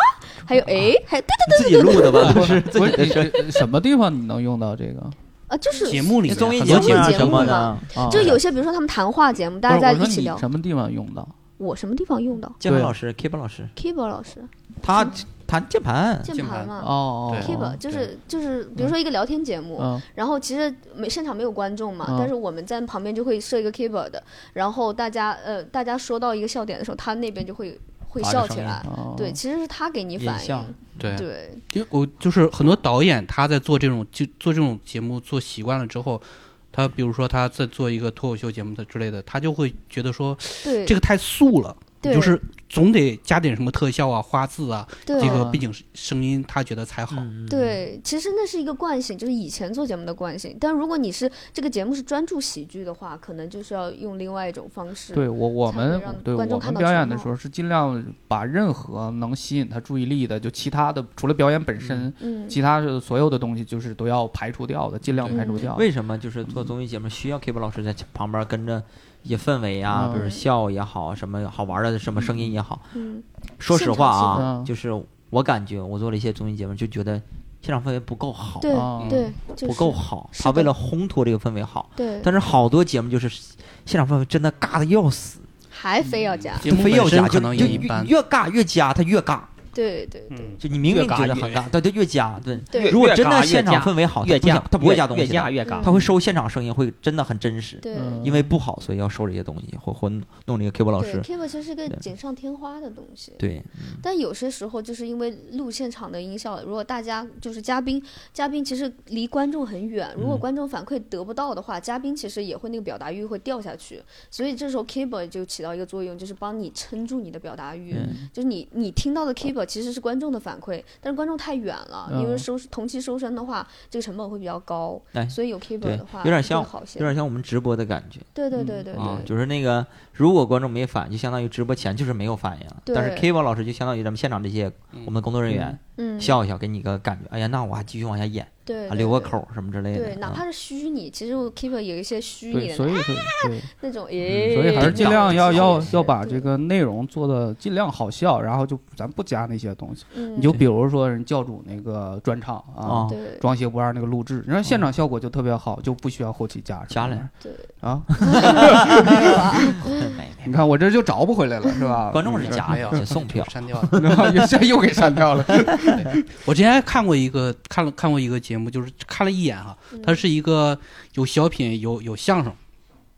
还有哎，还有对
自己录的吧，都是自
不
己的
是
声音。
你什么地方你能用到这个？
啊，就是
节目里面
综艺
很
节
多
目
节
啊
目
什么的
嘛，
啊
就有些比如说他们谈话节目，大家
不
在
是我说
一起
你
聊，
什么地方用到？
我什么地方用到
键盘
对
老师，Keep 老师，
keyboard 老师
他弹键盘，
嗯键
键
盘
盘
嘛。
哦哦
keyboard
哦，
就是就是，比如说一个聊天节目，
嗯，
然后其实没现场没有观众嘛，
嗯
但是我们在旁边就会设一个 keyboard，然后大家呃大家说到一个笑点的时候，他那边就会会
发着
笑
声
起
音
来，
哦
对，，其实是他给你
引
反
笑
应，
对
对，
因为我就是很多导演他在做这种就做这种节目做习惯了之后，他比如说他在做一个脱口秀节目的之类的，他就会觉得说
对，
这个太素了，
对
就是总得加点什么特效啊、花字啊，
对
这个背景声音他觉得才好。
嗯
嗯
对，其实那是一个惯性，就是以前做节目的惯性。但如果你是这个节目是专注喜剧的话，可能就是要用另外一种方式。
对我我
才会
们
让
对我
观众看
们
到
表
全
演的
貌
时候是尽量把任何能吸引他注意力的，就其他的除了表演本身，
嗯，
其他的所有的东西就是都要排除掉的，尽量排除掉。
为什么就是做综艺节目需要 Keep 老师在旁边跟着一些氛围啊，
嗯
比如笑也好，什么好玩的什么声音也好。
嗯，
说实话
现场
啊
气，氛
就是我感觉我做了一些综艺节目，就觉得现场氛围不够好，
对
啊
对，就是
哦不够好。
是
他为
的
了烘托这个氛围好，
对，
但是好多节目就是现场氛围真的尬的要死，
还非要加，
节目
非要
本身
加，
可
就
能
就
也一般
越越尬越加，他越尬，
对对对
嗯，
就你明
越
明
尬
觉得
越
很尬，他就越加。对，
对
如果真
越
的
尬越
现场
加
氛围好，
越
他不想
加
他不会加
越
东西
越加
的，
越尬
嗯。
他会收现场声音，会真的很真实。
对。
嗯
因为不好，所以要收这些东西，或或弄这个 Q 波老
对
师。
，Keep 其实是个
对
锦上添花的东西，
对，
但有些时候就是因为录现场的音效，如果大家就是嘉宾，嘉宾其实离观众很远，如果
嗯
观众反馈得不到的话，嘉宾其实也会那个表达欲会掉下去，所以这时候 keyboard 就起到一个作用，就是帮你撑住你的表达欲，
嗯
就是你你听到的 keyboard 其实是观众的反馈，但是观众太远了，因为
嗯
收同期收声的话，这个成本会比较高，
哎
所以有 keyboard
对
的话
有点像
会好些，
有点像我们直播的感觉
对对对对对，
啊，就是那个如果观众没反应，就相当于直播前就是没有反应。但是 K
对
波老师就相当于咱们现场这些我们工作人员
嗯，
笑一笑，给你个感觉，哎呀，那我还继续往下演，
对对
还啊留个
对
口儿什么之类的。
对，哪
啊
怕是虚拟，其实 Keeper 有一些虚拟
对，
的
所以所以对。
那种，诶，
所以还是尽量要要要把这
对，
个内容做的尽量好笑，然后就咱不加那些东西。
嗯
你就比如说人教主那个专场
啊，
啊
对
装鞋不二那个录制，你看现
哦
场效果就特别好，就不需要后期加什么
加了
玩
对
意儿啊。
没有啊
对 没
你看我这就找不回来了，是吧？
观众是
嗯
假的，送票。
删掉了。
又现在 又给删 掉了。
我之前还看过一个看了看过一个节目，就是看了一眼啊哈、
嗯
它是一个有小品有有相声，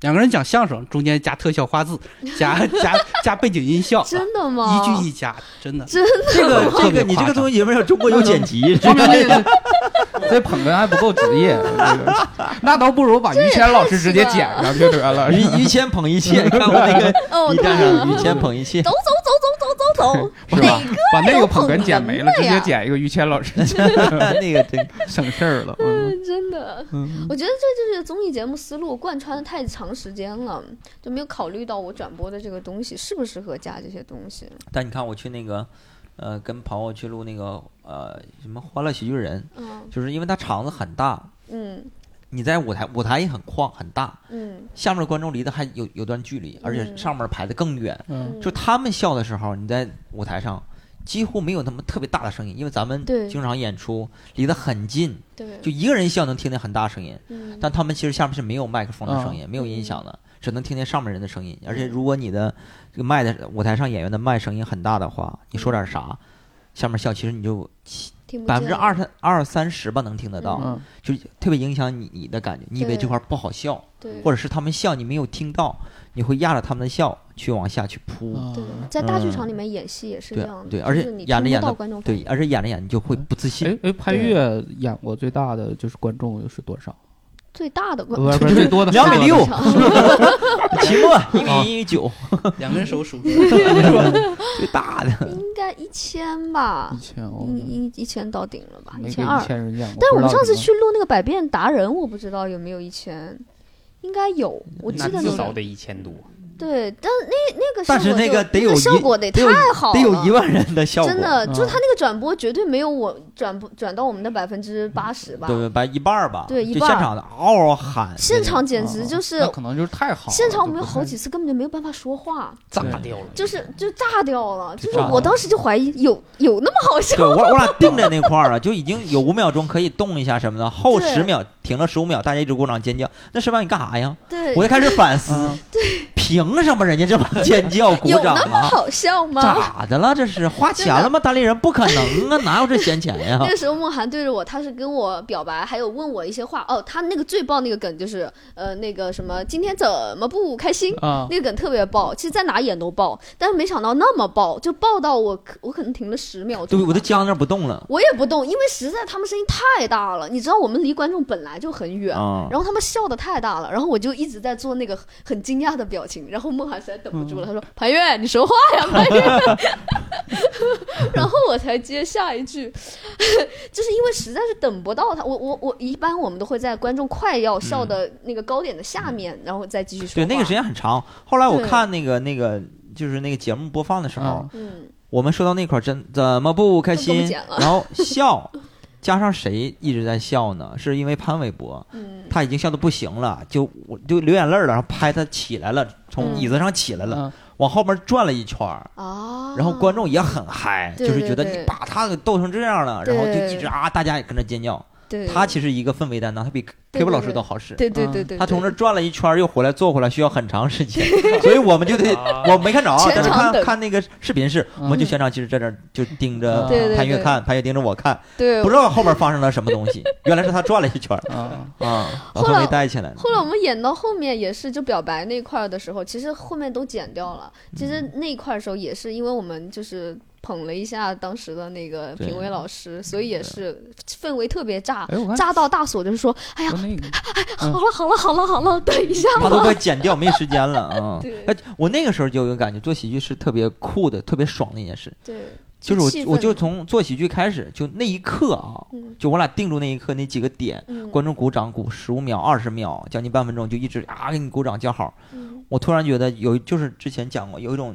两个人讲相声，中间加特效花字，加加加背景音 效，啊
真的吗？
一句一加，真的。
真
这 个
特
这
别
个你这
夸
个
张
综艺节目上中国有剪辑，
说明这个这捧哏还不够职业，这个那倒不如把于谦老师直接剪上就得了。是吧
于于谦捧一切，你看我那个
哦，
B
对
站
啊
上于谦捧一切
走，走走走走走走，
是吧
哪？
把那
有
个捧哏
捧
剪
哏
没
的
了，直接
呀
剪一个于谦老师，
那个真
省事儿了。嗯。
个真的？我觉得这就是综艺节目思路贯穿的太长时间了，就没有考虑到我转播的这个东西适不适合加这些东西。
但你看我去那个，呃，跟朋友去录那个呃什么《欢乐喜剧人
嗯》，
就是因为他场子很大，
嗯
你在舞台舞台也很旷很大，
嗯
下面的观众离得还有有段距离，而且
嗯
上面排得更远。
嗯
嗯，
就他们笑的时候，你在舞台上。几乎没有那么特别大的声音，因为咱们
对
经常演出离得很近，
对，
就一个人笑能听见很大声音，
嗯
但他们其实下面是没有麦克风的声音，没有音响的，只能听见上面人的声音。而
嗯
且如果你的这个麦的舞台上演员的麦声音很大的话，你说点啥，下面笑其实你就
听嗯不
百分之
见
二三二三十吧能听得到，
嗯
就特别影响你你的感觉。你以为这块不好笑，
对
或者是他们笑你没有听到，你会压着他们的笑去往下去扑。
对，在大剧场里
嗯
面演戏也是
对
这样的，
对
就
而且
是你
演
听
着
不
演着
到观众反
对，
应
而且演着演着
嗯
就会不自信。
哎哎，潘越演过最大的就是观众又是多少？
最大的观
不是不是最多的
两米六
大剧场哎
期末一米一米九，
啊
两根手 数，
最大的
应该一千吧
一，千哦，
一一一千到顶了吧，
没
嗯一
给
千二
一。千人演过。
但我
不
们
知道
上次
你
去录那个《百变达人》，我不知道有没有一千，应该有，我记
那
得
至
那
少
个
得一千多。
对，但那那个
但
效
是
果
那
就
个得有
效
一
果得
得有
太好
得有
了
一万人的效果，
真的，就是
嗯
他那个转播绝对没有我转播转到我们的百分之八十吧。
对，把一半儿吧，
对一
就
半
现
儿
场的嗷嗷喊，
现场
们
简直
哦
就是
那，可能就是太好了，
现场我
就
们有
不
好
太
几次根本就没有办法说话，
炸
对
掉了，
就是就炸掉了。
就
就是
炸
我
了
当时就怀疑有有那么好笑
对我我俩定在那块儿了，啊就已经有五秒钟可以动一下什么的，后
对
十秒停了十五秒，大家一直鼓掌尖叫，那十秒你干啥呀？
对，
我就开始反思，
嗯
凭什么人家这么尖叫鼓
有
掌
那么
啊？
好笑吗？
咋的了？这是花钱了吗？单立人不可能啊，哪有这闲钱呀
那？个时候梦涵对着我，他是跟我表白，还有问我一些话。哦，他那个最爆那个梗就是，呃，那个什么，今天怎么不开心？
啊，
那个梗特别爆，其实在哪演都爆，但是没想到那么爆，就爆到我可我可能停了十秒钟
对，
吧，
我都僵那儿不动了
我也不动，因为实在他们声音太大了，你知道我们离观众本来就很远。
啊。
然后他们笑的太大了，然后我就一直在做那个很惊讶的表情，然后梦涵实在等不
嗯
住了，他说：“潘越，你说话呀，潘越。” 然后我才接下一句， 就是因为实在是等不到他，我我我一般我们都会在观众快要笑的那个高点的下面，然后再继续说
嗯对，
话。
那个时间很长。后来我
对
看那个那个就是那个节目播放的时候，
嗯
嗯，
我们说到那块儿真怎么不开
都给我
心
们剪了？
然后笑，加上谁一直在笑呢？是因为潘玮柏，
嗯
他已经笑得不行了，就我就流眼泪了，然后拍他起来了，从
嗯
椅子上起来了，
嗯
往后面转了一圈儿。
啊，
然后观众也很嗨，
对
就是觉得
对
你
对
把他给逗成这样了，然后就
对
一直啊，大家也跟着尖叫。
对
他其实一个氛围担当，他比 K
对
b
对
老师
对
都好使。
对对
嗯
对对，
他从
对
这儿转了一圈儿，又回来坐回来，需要很长 时间，所以我们就得我没看着啊，
全
但是
场
看
等
看那个视频是，我们
嗯
就全场其实在这儿就盯着
对对
潘越
对
看，潘越盯着我看，
对
不知道后面发生了什么东 西，原来是他转了一圈儿
啊，
啊，把
后
氛
来
围带起来了。
后来我们演到后面也是，就表白那块儿的时候，其实后面都剪掉了。其实
嗯
那一块儿的时候也是，因为我们就是捧了一下当时的那个
对
评委老师，所以也是氛围特别炸，
哎，我看
炸到大锁就是说，哎呀
说，那个
嗯
好了好了好了好了，等一下
他都
吧。
快剪掉，没时间了 啊！
对
哎，我那个时候就有感觉，做喜剧是特别酷的、特别爽的一件事。
对，
就是
气
我，我
氛
就从做喜剧开始，就那一刻啊，
嗯
就我俩定住那一刻那几个点，
嗯
观众鼓掌鼓十五秒、二十秒，将近半分钟，就一直啊给你鼓掌叫好。
嗯
我突然觉得有，就是之前讲过有一种，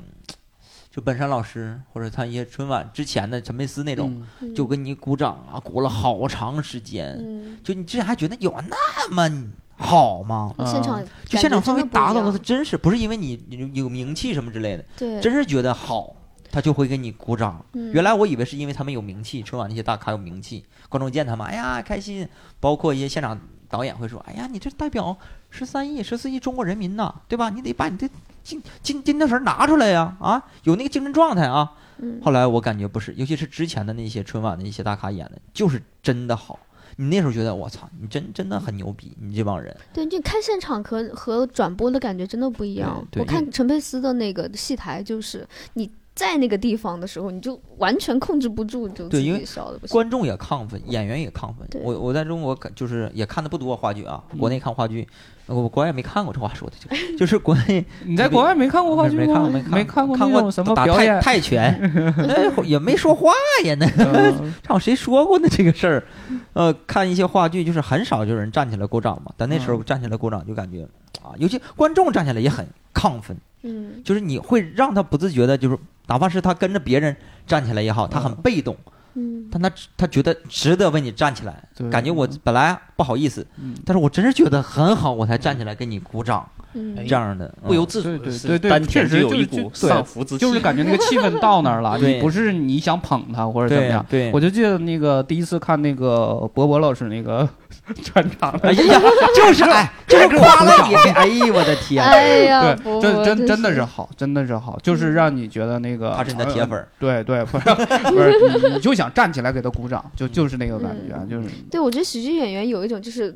就本山老师或者他一些春晚之前的陈佩斯那种，
嗯
嗯
就给你鼓掌啊，鼓了好长时间，
嗯，
就你之前还觉得有那么好吗？
现场
啊就现场
感觉
氛
真的
围
不一
达到了，
样
它真是不是因为你你有名气什么之类的，
对，
真是觉得好，他就会给你鼓掌。
嗯
原来我以为是因为他们有名气，春晚那些大咖有名气，观众见他们，哎呀开心。包括一些现场导演会说，哎呀，你这代表十三亿、十四亿中国人民呐，对吧？你得把你的精精精精神拿出来呀、啊，有那个精神状态啊。
嗯
后来我感觉不是，尤其是之前的那些春晚的一些大咖演的，就是真的好。你那时候觉得我操，你真真的很牛逼，你这帮人。
对，就看现场和和转播的感觉真的不一样。
对
我
因为
看陈佩斯的那个戏台，就是你在那个地方的时候，你就完全控制不住，就
对
自
因为
己笑的不行。
观众也亢奋，演员也亢奋
对。嗯
我我在中国看就是也看的不多话剧啊，国内看话剧，呃我国外没看过，这话说的就就是 国内
你在国外没看过话剧
没没
吗？
看过看
没
看
过
看
那种
过
什么
打
表
泰
演，
泰拳， 那会儿也没说话呀，那
嗯
让谁说过呢这个事 儿？呃，看一些话剧就是很少有人站起来鼓掌嘛，但那时
嗯
候站起来鼓掌就感觉啊，尤其观众站起来也很亢奋，
嗯，
就是你会让他不自觉的，就是哪怕是他跟着别人站起来也好，他很被动，
嗯，
但他他觉得值得为你站起来，
对
感觉我本来不好意思，
嗯
但是我真是觉得很好，我才站起来给你鼓掌
嗯
哎
这样的。嗯
不由自
对
主
对
的是
对对
丹田
确实
就有
就
一
是
股
就对
上浮之气，
就是感觉那个气氛到那 儿了，
对
你不是你想捧他或者怎么
嗯对啊
样。
对
我，就记得那个第一次看那个博博老师那个 专场，
哎呀，就是哎， 就是夸了你，哎呦我的天，
哎
啊
呀，
对，
伯
真
伯
真真的
是
是好，真的是好，
嗯
就是让你觉得那个
他是你的铁粉儿，
对对，不 是不是，你你就想站起来给他鼓掌，就就是那个感觉，
嗯
就是
对，我觉得喜剧演员有一种就是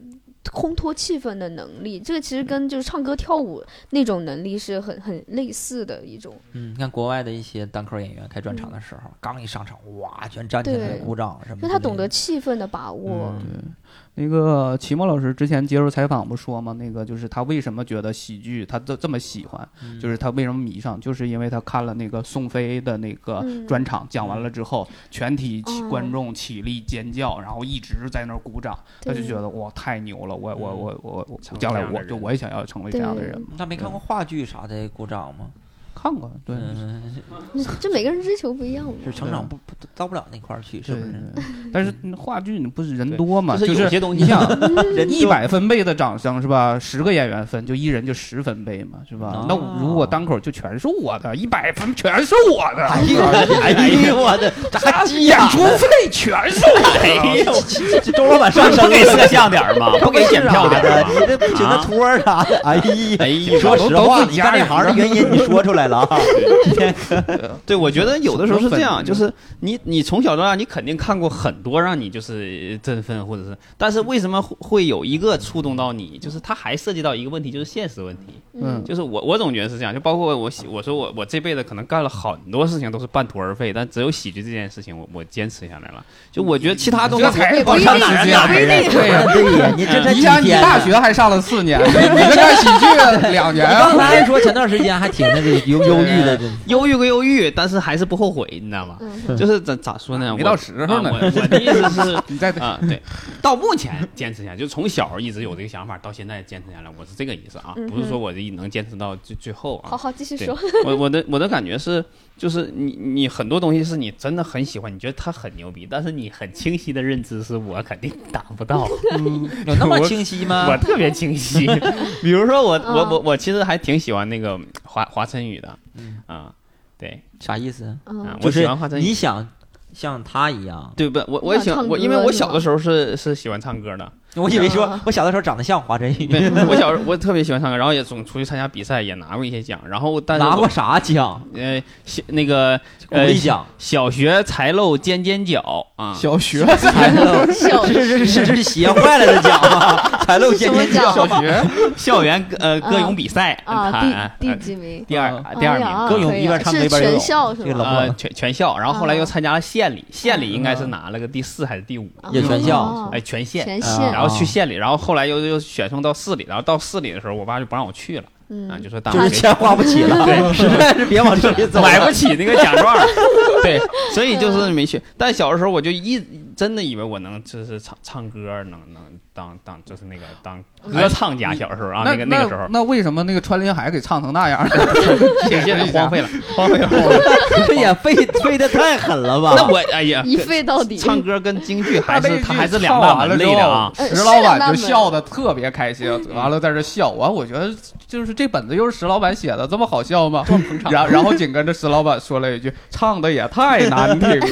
烘托气氛的能力，这个其实跟就是唱歌跳舞那种能力是很很类似的一种。
嗯，你看国外的一些单口演员开专场的时候，刚一上场，哇，全站起来
对
鼓掌什么
那
的。
他懂得气氛的把握，
嗯
那个齐墨老师之前接受采访不说吗？那个就是他为什么觉得喜剧他这这么喜欢，
嗯
就是他为什么迷上，就是因为他看了那个宋飞的那个
嗯
专场，讲完了之后，全体起
哦
观众起立尖叫，然后一直在那儿鼓掌，他就
对
觉得哇太牛了，我我
嗯
我我我
成为
将
这
来
样的
我就
人
我也想要成为这样的人嘛。
他没看过话剧啥的鼓掌吗？
看过，对。
嗯，
这每个人追求不一样嘛。
就成长不不到不了那块儿去，是
对
不
对
是？
对， 但是嗯话剧你不是人
对
多嘛，
就是有
是
些东西
你想
人
一百分贝的掌声是吧？十个演员分，就一人就十分贝嘛，是吧
啊？
那我如果单口就全是我的，一百分全是我的，
哎呦，哎呦我的炸鸡
演
呀！
出费全是我的。
哎呦，
这周老板上身
不给
了
摄像点儿吗？不给检票啊点儿
的，啊
吗
你？这不 请的托儿啥的，哎 呀！
哎呦，
说
都
实
都
话，
自
你
己
干
家
这
人
行的 原因你说出来了 啊！
对，我觉得有的时候是这样，
什
就
么
是你你从小到大，你肯定看过很多让你就是振奋或者是，但是为什么会会有一个触动到你？就是它还涉及到一个问题，就是现实问题。
嗯
就是我我总觉得是这样，就包括我喜我说我我这辈子可能干了很多事情都是半途而废，但只有喜剧这件事情我我坚持下来了。就我觉得其他东西
这才
我
多长时
哎
间啊？对呀，
对嗯呀，你这才
你
几
想你
天
大
呢
学还上了四 年，你这干喜剧两年
你
啊
刚才还说前段时间还挺 那个忧忧郁的，真
忧郁归忧郁，但是还是不后悔，你知道吗？
嗯，
就是咋咋说呢？
没到
我
时候呢
啊我我的意思是。
你在
啊、对，到目前坚持下来，就从小一直有这个想法，到现在坚持下来，我是这个意思啊，
嗯哼
不是说我这能坚持到最最后
好
啊。
好继续
对
说。
我我的我的感觉是，就是你你很多东西是你真的很喜欢，你觉得它很牛逼，但是你很清晰的认知是我肯定达 不到，
有那么清晰吗
我？特别清晰。比如说我我
嗯
我我其实还挺喜欢那个华华晨宇的，啊、
嗯
对，
啥意思？
嗯
啊，
就
我喜
是
欢华晨宇。
你想像他一样，
对不？我我也
你想
喜欢
唱
我，因为
歌
我
是
小
吗
的时候是是喜欢唱歌的，
我以为说
嗯
啊
我小的时候长得像华晨宇，
对，我小时候我特别喜欢唱歌，然后也总出去参加比赛，也拿过一些奖。然后但是
拿过
我
啥奖？
呃小那个
鼓
呃
励奖，
小学才露尖尖角啊，
小学
才露，
小
是是是是斜坏了的奖吗？才露尖尖
是什
角
么，
小学
校园呃
啊
歌咏比赛嗯
啊，
他
第第几名？
第二
啊
第二
哎
名。
名
歌咏一边唱歌一边游
是全
泳
校是
这个
吗？
冷
呃，
漠，
全全校，然后后来又
啊
参加了县里，县里应该是拿了个第四还是第五，
啊
也全校
哦
哎，全县，
全
啊
县，
然后去县里，然后后来又又选送到市里，然后到市里的时候，我爸就不让我去了，啊，
嗯
就，说大
就是
学
钱花不起了，
对
实在是别往这里走了，
买不起那个奖状 儿，对，所以就是没去。但小的时候我就一真的以为我能就是唱唱歌儿，能能当当就是那个当歌唱家。小时候啊，
那
那个那个时候
那为什么那个川林海给唱成那样呢？
现现在荒 废了，荒废了。
这也费费的太狠了吧？
那我哎 呀，
一费到底。
唱歌跟京剧还
那
是
一
它
句
还是
唱
两大
完了
门
之
类的
后
啊。
呃
石老板就
是
笑得特别开心，完了在这笑，完我觉得就是这本子又是石老板写的，这么好笑吗？然然后紧跟着石老板说了一句：“唱的也太难听了。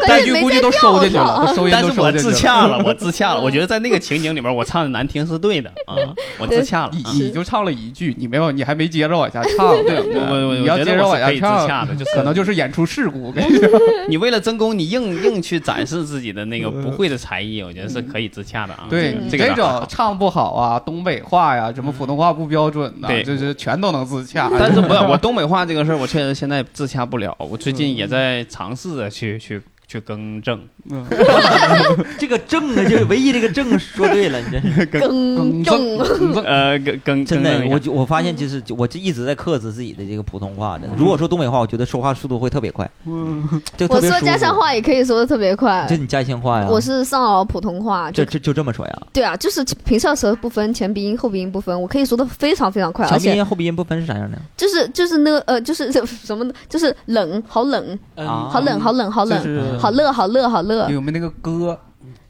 但”
那
是
句
没
估计
在
都
调
收进去
上
啊
了，都收音
但
都
是
收
我
进去
自洽 了，我自洽了。我觉得在那个情景里边，我唱的难听是对的啊，我自洽了
你
啊。
你就唱了一句，你没有，你还没接着往下唱。对，
啊我我我
你要
觉
接
得
着
我
往
是
下
可以自
唱，
洽的，就是
可能就是演出事故。
你为了争功，你硬硬去展示自己的那个不会的才艺，我觉得是可以自洽的啊。
呃对
嗯
你
这个倒
这
还
种
好
唱不好啊，东北话呀，什么普通话不标准的，
对
就是全都能自洽。
但是 我我东北话这个事儿，我确实现在自洽不了。我最近也在尝试着去去去更正，
嗯，
这个正啊，就是唯一这个正说对了，你真是
更
更
正。
正更
呃，更更
真的
更。
我就我发现，就是我这一直在克制自己的这个普通话的。如果说东北话，我觉得说话速度会特别快，
嗯
这个
我
特别
说
舒
家
服
乡，话也可以说的特别快
就，你家乡话呀。
我是上饶普通话，
这
就
这就这么说呀，
对啊，就是平翘舌不分，前鼻音后鼻音不分，我可以说的非常非常快，而
前鼻
且
音后鼻音不分是啥样的？
就是就是那个呃，就是 这什么呢？就是冷，好冷，
嗯
啊
好冷，好冷，好
就
冷，
是哎
好热，好热，好热。
有没有那个歌？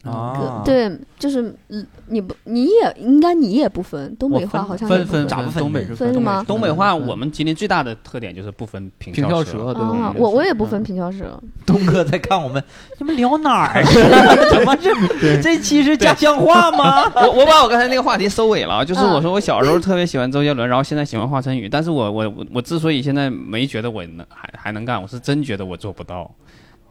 啊，，
嗯对，就是嗯你不，你也应该你也不分，东北话好像也
分
不
分
咋不
分
东北是
分是吗
东北话我们今天最大的特点就是不分平
平翘
舌
舌，对
啊，我我也
嗯
不分平翘舌，
东哥在看我们，你们聊哪 儿去了？怎么这这期是 家乡话吗？
哦
我我把我刚才那个话题收尾了啊，就是
嗯
我说我小时候特别喜欢周杰伦，然后现在喜欢华晨宇，但是我我我我之所以现在没觉得我能还还能干，我是真觉得我做不到。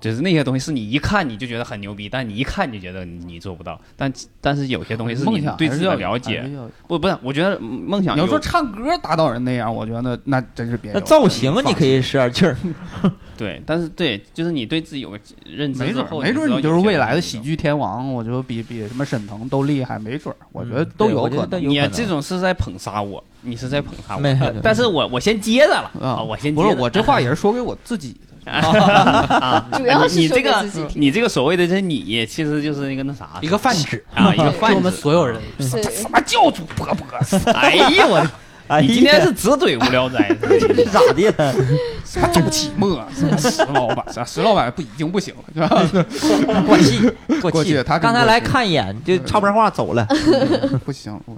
就是那些东西是你一看你就觉得很牛逼，但你一看你就觉得你做不到。但但是有些东西是
梦
你
想
对
还
自
是
己
要哎
的
有
了
还
解
是，要有
不不是，我觉得梦想
你要
有
说唱歌打倒人那样，我觉得那真是别有
那造型啊你可以使点 劲儿，
对，但是对，就是你对自己有个认知
没
之
准儿
后，
没准儿你就是未来的喜
剧。
剧天王，我觉得比比什么沈腾都厉害，没准儿，我觉得
嗯
都
对
有
我觉
可
得都
能。
有
你
可能
这种是在捧杀我，你是在捧杀
没有
我，但是我我先接着了
啊
我先接
不
着
是，我这话也是说给我自己的。
啊，
主要是
你
说
这
给
个
自己听
你这个所谓的这你，其实就是一个那啥，
一个饭吃
啊，一 个啊
是
饭
我们
吃
所有人，
是
什么教主波波？
哎呀我，
哎呀，
你今天是只怼无聊 斋，
是 咋的呀？
啊
他周奇墨，石老板，啊石老板不已经不行了，是吧？
过气，
过气他真
刚才
过
来
气
看一眼就插不上话走了，
不行，我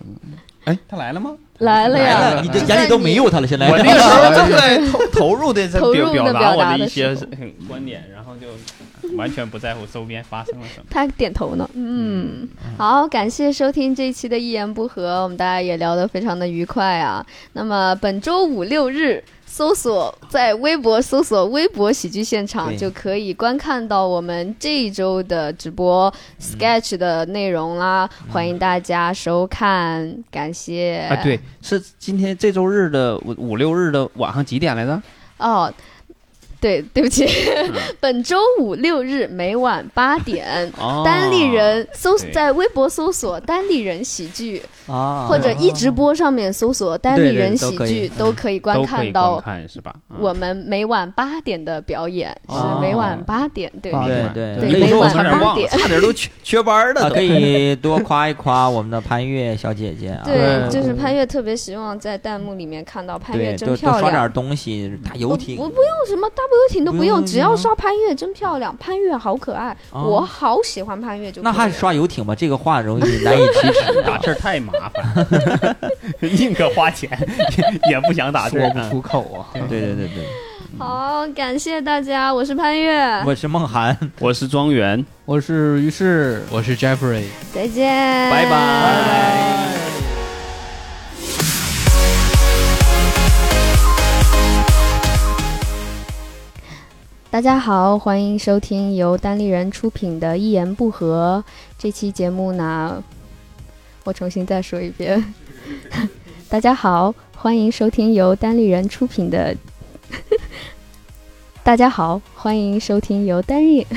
哎，他来了吗？
来了
来
呀
了，
你这眼里都没有他了，现在
我那个时候正在 投投入的在
投入
表
地
表达
表达
我的一
的
些
时
观点，然 后就完全不在乎周边发生了什么。
他点头呢。嗯，好，感谢收听这一期的《一言不合》，我们大家也聊得非常的愉快啊。那么本周五六日。搜索在微博搜索“微博喜剧现场”
对
就可以观看到我们这一周的直播
嗯
sketch 的内容啦，欢迎大家收看，感谢。
啊，对，是今天这周日的五五六日的晚上几点来着？
哦，对，对不起，
嗯
本周五六日每晚八点，
哦，
单立人搜
对
在微博搜索“单立人喜剧”
啊，
或者一直播上面搜索“单立人喜
对
剧
对”，
都可以观
都可
看
以观
到
看是吧？嗯
我们每晚八点的表演，
哦
是每晚八点，对。
八
对
点
对
对
可以
每
说我
晚
差点
八
忘了，
点，
差点都缺缺班
啊
了都
可。以多夸一夸我们的潘越小姐姐啊，
对，
对
就是潘越特别希望在弹幕里面看到潘越
对，
真
多多
漂
刷
亮。
点东西，打游
我
艇
我不用什么 W 挺都
不
不
用
用，
不
只要
用
刷潘越真漂亮，潘越好可爱，
啊
我好喜欢潘越就可以
那
了。
还是刷游艇吧，这个话容易难以启齿 啊
打字儿太麻烦，宁可花钱也也不想打字儿。
说不出口啊。
对对对对，
好，感谢大家，我是潘越，
我是梦涵，
我是庄园，
我是于是，
我是 Jeffrey。
再见，
拜拜。
大家好，欢迎收听由单立人出品的《一言不合》这期节目呢，我重新再说一遍。 大家好，欢迎收听由单立人出品的。 大家好，欢迎收听由单立。